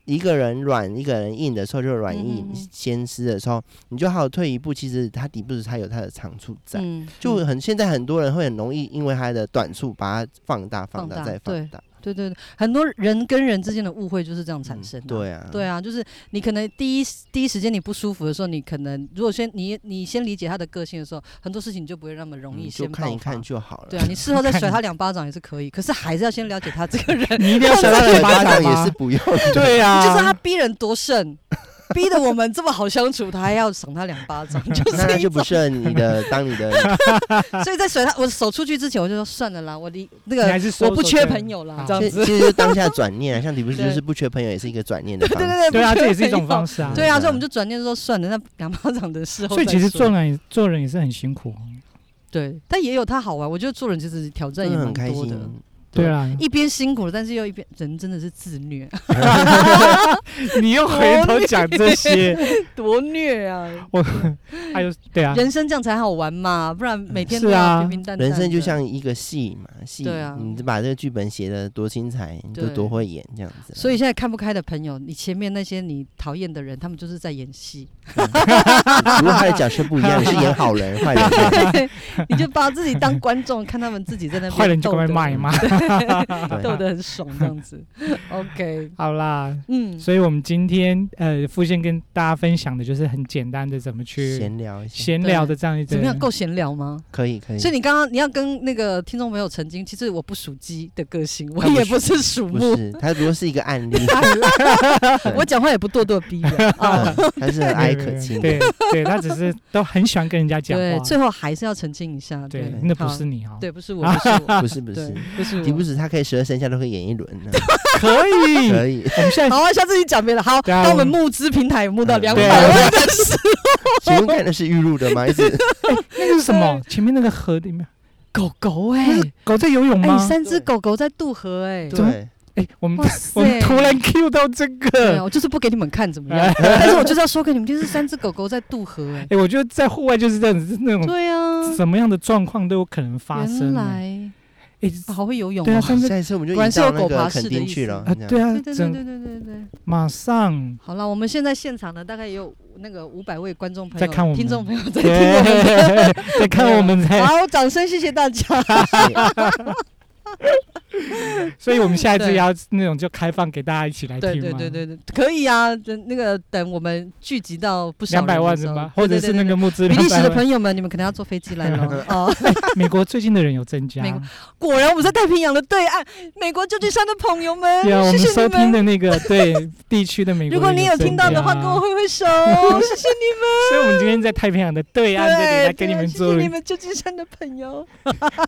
Speaker 3: 一个人软，一个人硬的时候就软硬
Speaker 2: 嗯嗯嗯
Speaker 3: 先失的时候，你就好退一步。其实他底部是他有他的长处在，
Speaker 2: 嗯
Speaker 3: 就很现在很多人会很容易因为他的短处把它放大、
Speaker 2: 放
Speaker 3: 放大
Speaker 2: 大
Speaker 3: 再放
Speaker 2: 对
Speaker 3: 大。
Speaker 2: 对对对，很多人跟人之间的误会就是这样产生
Speaker 3: 嗯
Speaker 2: 的、
Speaker 3: 对啊，
Speaker 2: 对啊，就是你可能第一第一时间你不舒服的时候，你可能如果先你你先理解他的个性的时候，很多事情你就不会那么容易
Speaker 3: 嗯
Speaker 2: 先
Speaker 3: 就
Speaker 2: 爆发。
Speaker 3: 看一看就好了。
Speaker 2: 对啊，你事后再
Speaker 1: 看
Speaker 2: 甩
Speaker 1: 一
Speaker 2: 他两巴掌也是可以，可是还是要先了解他这个人，
Speaker 1: 你一定要
Speaker 3: <laughs>
Speaker 1: 甩他两巴
Speaker 3: 巴
Speaker 1: 掌
Speaker 3: 掌
Speaker 1: 吗
Speaker 3: 也是？不
Speaker 2: <laughs>
Speaker 3: 用，
Speaker 1: 对啊呀，
Speaker 2: 你就知道他逼人多甚， <laughs> 逼得我们这么好相处，他还要赏他两巴
Speaker 1: <laughs>
Speaker 2: 掌，就
Speaker 3: <laughs> 那
Speaker 2: 是
Speaker 3: 他
Speaker 2: 一
Speaker 3: 就不
Speaker 2: 种。
Speaker 3: 是你的当你的
Speaker 2: 所以在甩他我手出去之前，我就说算了啦，我离那
Speaker 1: 你还
Speaker 2: 个
Speaker 1: 是收啊
Speaker 2: 我不
Speaker 1: 手
Speaker 2: 缺
Speaker 1: 段
Speaker 2: 朋。友啦
Speaker 1: 好，
Speaker 2: <laughs> 这样
Speaker 3: 其
Speaker 2: 子
Speaker 3: 实。其实就当下转念啊，像你不是
Speaker 2: 对
Speaker 3: 就是不缺朋友，也是一个转念
Speaker 2: <laughs>
Speaker 3: 的
Speaker 2: 对
Speaker 3: 方式。
Speaker 2: 对对，
Speaker 1: 对啊，
Speaker 2: 不
Speaker 1: 这也
Speaker 2: 缺
Speaker 1: 是一种
Speaker 2: 朋友
Speaker 1: 方式啊。
Speaker 2: 对啊，
Speaker 3: 对
Speaker 2: 所以
Speaker 3: 啊
Speaker 2: 我们就转念说算了，那两巴掌的事
Speaker 1: <laughs> 所
Speaker 2: 后再
Speaker 1: 以
Speaker 2: 说。
Speaker 1: 其实做人做人也是很辛苦哦。
Speaker 2: 对，但也有他好玩。我觉得做人其实挑战
Speaker 3: 真
Speaker 2: 也
Speaker 3: 的
Speaker 1: 嗯
Speaker 2: 蛮
Speaker 3: 很开
Speaker 2: 多
Speaker 3: 心
Speaker 2: 的，，
Speaker 1: 对啊
Speaker 2: <laughs>
Speaker 1: 啦，
Speaker 2: 一边辛苦了，但是又一边人真的是自虐，
Speaker 1: <laughs> 你又回头讲这些， <laughs>
Speaker 2: 多虐啊！
Speaker 1: 还有对啊，
Speaker 2: 人生这样才好玩嘛，不然每天
Speaker 1: 是
Speaker 2: 都要
Speaker 1: 啊
Speaker 2: 平平淡淡的。
Speaker 3: 人生就像一个戏嘛，戏
Speaker 2: 对啊，
Speaker 3: 你把这个剧本写的多精彩，你就
Speaker 2: 对
Speaker 3: 多会演这样子。 <laughs>
Speaker 2: 所以现在看不开的朋友，你前面那些你讨厌的人，他们就是在演戏，
Speaker 3: 如果他的角色不
Speaker 2: <laughs>
Speaker 3: 一样，你是演好人、坏人。
Speaker 2: 你就把自己当观众，看他们自己在那边
Speaker 1: 坏人就
Speaker 2: 斗
Speaker 1: 会
Speaker 2: 得
Speaker 1: 骂一骂。
Speaker 3: 对啊
Speaker 2: 斗得很爽这样子。OK，
Speaker 1: 好啦，
Speaker 2: 嗯，
Speaker 1: 所以我们今天呃，付先跟大家分享的就是很简单的怎么去
Speaker 3: 闲聊一下，
Speaker 1: 闲聊的这样一
Speaker 2: 怎么样？
Speaker 1: 种。
Speaker 2: 够闲聊吗？
Speaker 3: 可以可以。
Speaker 2: 所以你刚刚你要跟那个听众朋友澄清，其实我不属鸡的个性，我也不是属
Speaker 3: 不
Speaker 2: 木，
Speaker 3: 是，他如果是一个案
Speaker 2: <laughs>
Speaker 3: 例，对
Speaker 2: 我讲话也不咄咄逼
Speaker 3: <laughs>
Speaker 2: 人 <laughs> 啊。
Speaker 3: 嗯他是很爱可亲。
Speaker 1: 对对，他只是都很喜欢跟人家讲
Speaker 2: 对，
Speaker 1: 话。
Speaker 2: 最后还是要澄清一下，
Speaker 1: 对
Speaker 2: 对，，
Speaker 1: 那不
Speaker 2: 好
Speaker 1: 是，你哦，
Speaker 2: 对，不是我，不是我，
Speaker 3: 不 <laughs> 是不
Speaker 2: 对
Speaker 3: 是，，
Speaker 2: 不是
Speaker 3: 提
Speaker 2: 我
Speaker 3: 不。止他可以十二生肖都可以演一轮
Speaker 2: <laughs>
Speaker 3: 呢，
Speaker 1: 可以。
Speaker 3: <laughs> 可以。
Speaker 1: 我们现在
Speaker 2: 好啊，下次你讲别的。好，
Speaker 1: 对啊
Speaker 2: 当我
Speaker 1: 我
Speaker 2: 们
Speaker 1: 们
Speaker 2: 募资平台有募到
Speaker 3: 嗯
Speaker 2: 两
Speaker 1: 对
Speaker 2: 百
Speaker 1: 啊
Speaker 2: 万的
Speaker 1: <laughs>
Speaker 2: 时候，
Speaker 3: 请问看的是预录的吗？一直
Speaker 1: 那个是什么？前面那个河里面，
Speaker 2: 狗狗
Speaker 1: 那
Speaker 2: 哎
Speaker 1: 是狗欸嗯在游泳
Speaker 2: 哎，
Speaker 1: 吗？
Speaker 2: 三只狗狗在渡河哎，
Speaker 1: 怎么
Speaker 3: 对，
Speaker 1: 哎，我们
Speaker 2: 哇塞
Speaker 1: <laughs> 我们突然 Q 到这
Speaker 2: 对啊，
Speaker 1: 个。
Speaker 2: 我就是不给你们看怎么
Speaker 1: <laughs>
Speaker 2: 样，但是我就是要说给你们，就是三只狗狗在渡河哎，
Speaker 1: 哎，我觉得在户外就是这样子，那种
Speaker 2: 对啊，
Speaker 1: 什么样的状况都有可能哎发
Speaker 2: 原
Speaker 1: 生呢。
Speaker 2: 来
Speaker 1: 哎，
Speaker 2: 啊好会游泳
Speaker 1: 对啊，
Speaker 2: 哦，
Speaker 1: 上次
Speaker 3: 下一次我们就
Speaker 2: 果然
Speaker 3: 移
Speaker 2: 是有
Speaker 3: 到
Speaker 2: 狗
Speaker 3: 那
Speaker 2: 爬
Speaker 3: 个
Speaker 2: 式的
Speaker 3: 垦丁
Speaker 2: 意
Speaker 3: 去
Speaker 2: 思
Speaker 3: 了
Speaker 1: 啊，。
Speaker 3: 这样
Speaker 1: 对啊
Speaker 2: 对，对对
Speaker 1: 整
Speaker 2: 对对对对。
Speaker 1: 马上
Speaker 2: <laughs> 好了，我们现在现场呢，大概也有那个五百位观众朋友、
Speaker 1: 在看我们
Speaker 2: 听众朋友在听我
Speaker 1: <laughs>
Speaker 2: 们。
Speaker 1: 对，在看我们在，
Speaker 2: 好，掌声谢谢大家。
Speaker 1: <laughs> 所以我们下一次
Speaker 2: 对
Speaker 1: 也要那种就开放给大家一起来听
Speaker 2: 对
Speaker 1: 嘛。
Speaker 2: 对对对对，可以啊。等那个等我们聚集到不少
Speaker 1: 两百
Speaker 2: 人
Speaker 1: 万
Speaker 2: 的
Speaker 1: 是
Speaker 2: 时候
Speaker 1: 吗？或者是那。
Speaker 2: 对对对对
Speaker 1: 个募资
Speaker 2: 比利时
Speaker 1: 200
Speaker 2: 的
Speaker 1: 万
Speaker 2: 朋友们，你们可能要坐飞机
Speaker 1: <laughs>
Speaker 2: 来了哦。 <laughs>
Speaker 1: 美国最近的人有增加。
Speaker 2: 美国果然我们在太平洋的对岸，美国旧金山的朋友们，
Speaker 1: 对啊，我
Speaker 2: 呃谢
Speaker 1: 们
Speaker 2: 谢
Speaker 1: 收
Speaker 2: 你
Speaker 1: 听
Speaker 2: 们。
Speaker 1: 的那
Speaker 2: <laughs>
Speaker 1: 个对地区的美啊国，
Speaker 2: 如果你有听到的话，跟我，挥挥
Speaker 1: <laughs>
Speaker 2: 手，谢谢你们。
Speaker 1: 所以我们今天在太平洋的对岸这里来
Speaker 2: 对，
Speaker 1: 跟你
Speaker 2: <laughs> 对
Speaker 1: 们嗯
Speaker 2: 谢
Speaker 1: 做
Speaker 2: 谢，你们旧金山的朋友。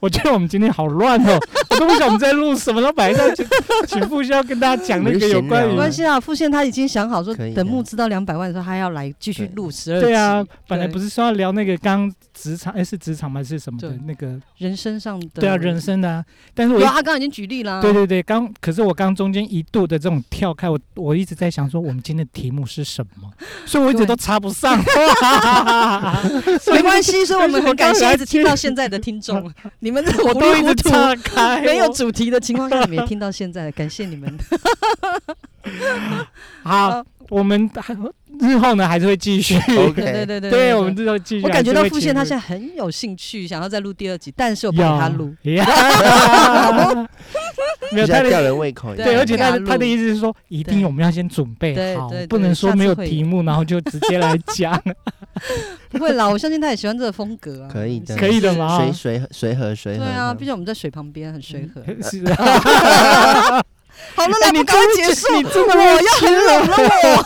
Speaker 1: 我觉得我们今天好乱
Speaker 2: <laughs>
Speaker 1: 哦，我都不晓得我们在录什么，然后摆在请请傅需要跟大家讲那个有关
Speaker 2: 没
Speaker 1: 于
Speaker 3: 我们就闲聊
Speaker 2: 关系啊，付现他已经想好说
Speaker 3: 可以，啊的
Speaker 2: 等募资到两百万的时候，他要来继续录十二集。
Speaker 1: 对啊，本来不是说要聊那个刚职场，哎是职场吗？还是什么的
Speaker 2: 对
Speaker 1: 那个？
Speaker 2: 人身上的
Speaker 1: 对啊，人。生的啊，但是我
Speaker 2: 有
Speaker 1: 一
Speaker 2: 啊，他刚刚已经举例啦。
Speaker 1: 对对对，刚可是我刚中间一度的这种跳开，我我一直在想说我们今天的题目是什么，所以我一直
Speaker 2: 对
Speaker 1: 都插不上。 <laughs>
Speaker 2: 没关系，所以我们很感
Speaker 1: 我刚
Speaker 2: 谢
Speaker 1: 才
Speaker 2: 一直听到现在的听众，
Speaker 1: <laughs>
Speaker 2: 你们这
Speaker 1: 我
Speaker 2: 糊
Speaker 1: 都
Speaker 2: 里
Speaker 1: 一
Speaker 2: 糊
Speaker 1: 直
Speaker 2: 涂
Speaker 1: 岔开，
Speaker 2: 没有
Speaker 1: 我
Speaker 2: 主题的情况下，你们也听到现在，感谢
Speaker 1: <laughs>
Speaker 2: 你们。嗯
Speaker 1: 好，我们还日后呢还是会继续。
Speaker 2: <laughs> 对对对
Speaker 3: OK，
Speaker 2: 对
Speaker 1: 对，我们日后继续
Speaker 2: 我
Speaker 1: 还
Speaker 2: 感
Speaker 1: 是会继续。
Speaker 2: 觉到付现他现在很有兴趣，想要再录第二集，但是我不给
Speaker 1: 要
Speaker 2: 他
Speaker 1: <laughs>
Speaker 2: 录。。
Speaker 1: 呀没有
Speaker 3: 比
Speaker 1: 他
Speaker 3: 较
Speaker 1: 的
Speaker 3: 吊人胃口一点。
Speaker 1: 对，而且
Speaker 2: 不给
Speaker 1: 他
Speaker 2: 他
Speaker 1: 的他的
Speaker 2: 录
Speaker 1: 意思是说，一定
Speaker 2: 对
Speaker 1: 我们要先准备
Speaker 2: 对
Speaker 1: 好
Speaker 2: 对对，
Speaker 1: 不能说
Speaker 2: 下次
Speaker 1: 没有
Speaker 2: 会
Speaker 1: 题目，然后就直接来讲，
Speaker 2: 不会啦，我相信他也喜欢这个风格啊。
Speaker 3: 可以的
Speaker 1: 可以的吗？
Speaker 3: 随随和随和随
Speaker 2: 对
Speaker 3: 和。
Speaker 2: 啊，毕竟我们在水旁边，很 <laughs> 随和。
Speaker 1: <laughs> 是啊
Speaker 2: 好了，
Speaker 1: 嗯哎
Speaker 2: 来，
Speaker 1: 你
Speaker 2: 不赶快结束，
Speaker 1: 你真的
Speaker 2: 我要很冷了。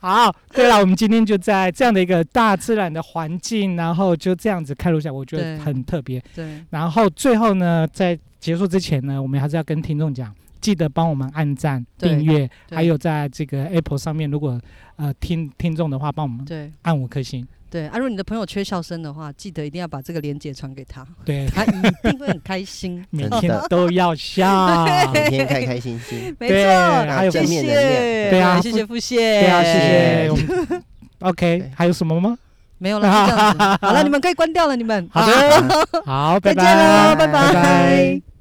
Speaker 1: <laughs> 好，对了，我们今天就在这样的一个大自然的环境，然后就这样子开录下来，我觉
Speaker 2: 对
Speaker 1: 得很特别。
Speaker 2: 对，
Speaker 1: 然后最后呢，在结束之前呢，我们还是要跟听众讲，记得帮我们按赞、
Speaker 2: 对
Speaker 1: 订阅，
Speaker 2: 对
Speaker 1: 还有在这个 Apple 上面，如果呃听听众的话，帮我们
Speaker 2: 对
Speaker 1: 按五颗星。
Speaker 2: 对，啊，如果你的朋友缺笑声的话，记得一定要把这个链接传
Speaker 1: <laughs>
Speaker 2: 给他， <laughs>
Speaker 1: 对，。
Speaker 2: 他一定会很开心
Speaker 1: 每
Speaker 3: 真
Speaker 1: 天
Speaker 3: 的
Speaker 1: 都
Speaker 2: <laughs>
Speaker 1: 要笑。
Speaker 3: 每天开开心心。
Speaker 2: 没
Speaker 1: 对
Speaker 2: 错，
Speaker 1: 还有
Speaker 2: 谢
Speaker 3: 正面能
Speaker 2: 谢，
Speaker 3: 量
Speaker 1: 对啊
Speaker 2: 谢
Speaker 1: 不
Speaker 2: 谢付谢，
Speaker 1: 对啊，谢谢
Speaker 2: <laughs>
Speaker 3: 哎
Speaker 1: 我们。OK，还有什么吗？
Speaker 2: 没有了，
Speaker 1: <laughs>
Speaker 2: 就这样子。好了，你们可以关掉了，你们。啊
Speaker 1: 好的，好，
Speaker 2: 再
Speaker 1: 拜
Speaker 2: 见喽，
Speaker 1: 拜，
Speaker 2: 拜
Speaker 1: 拜拜。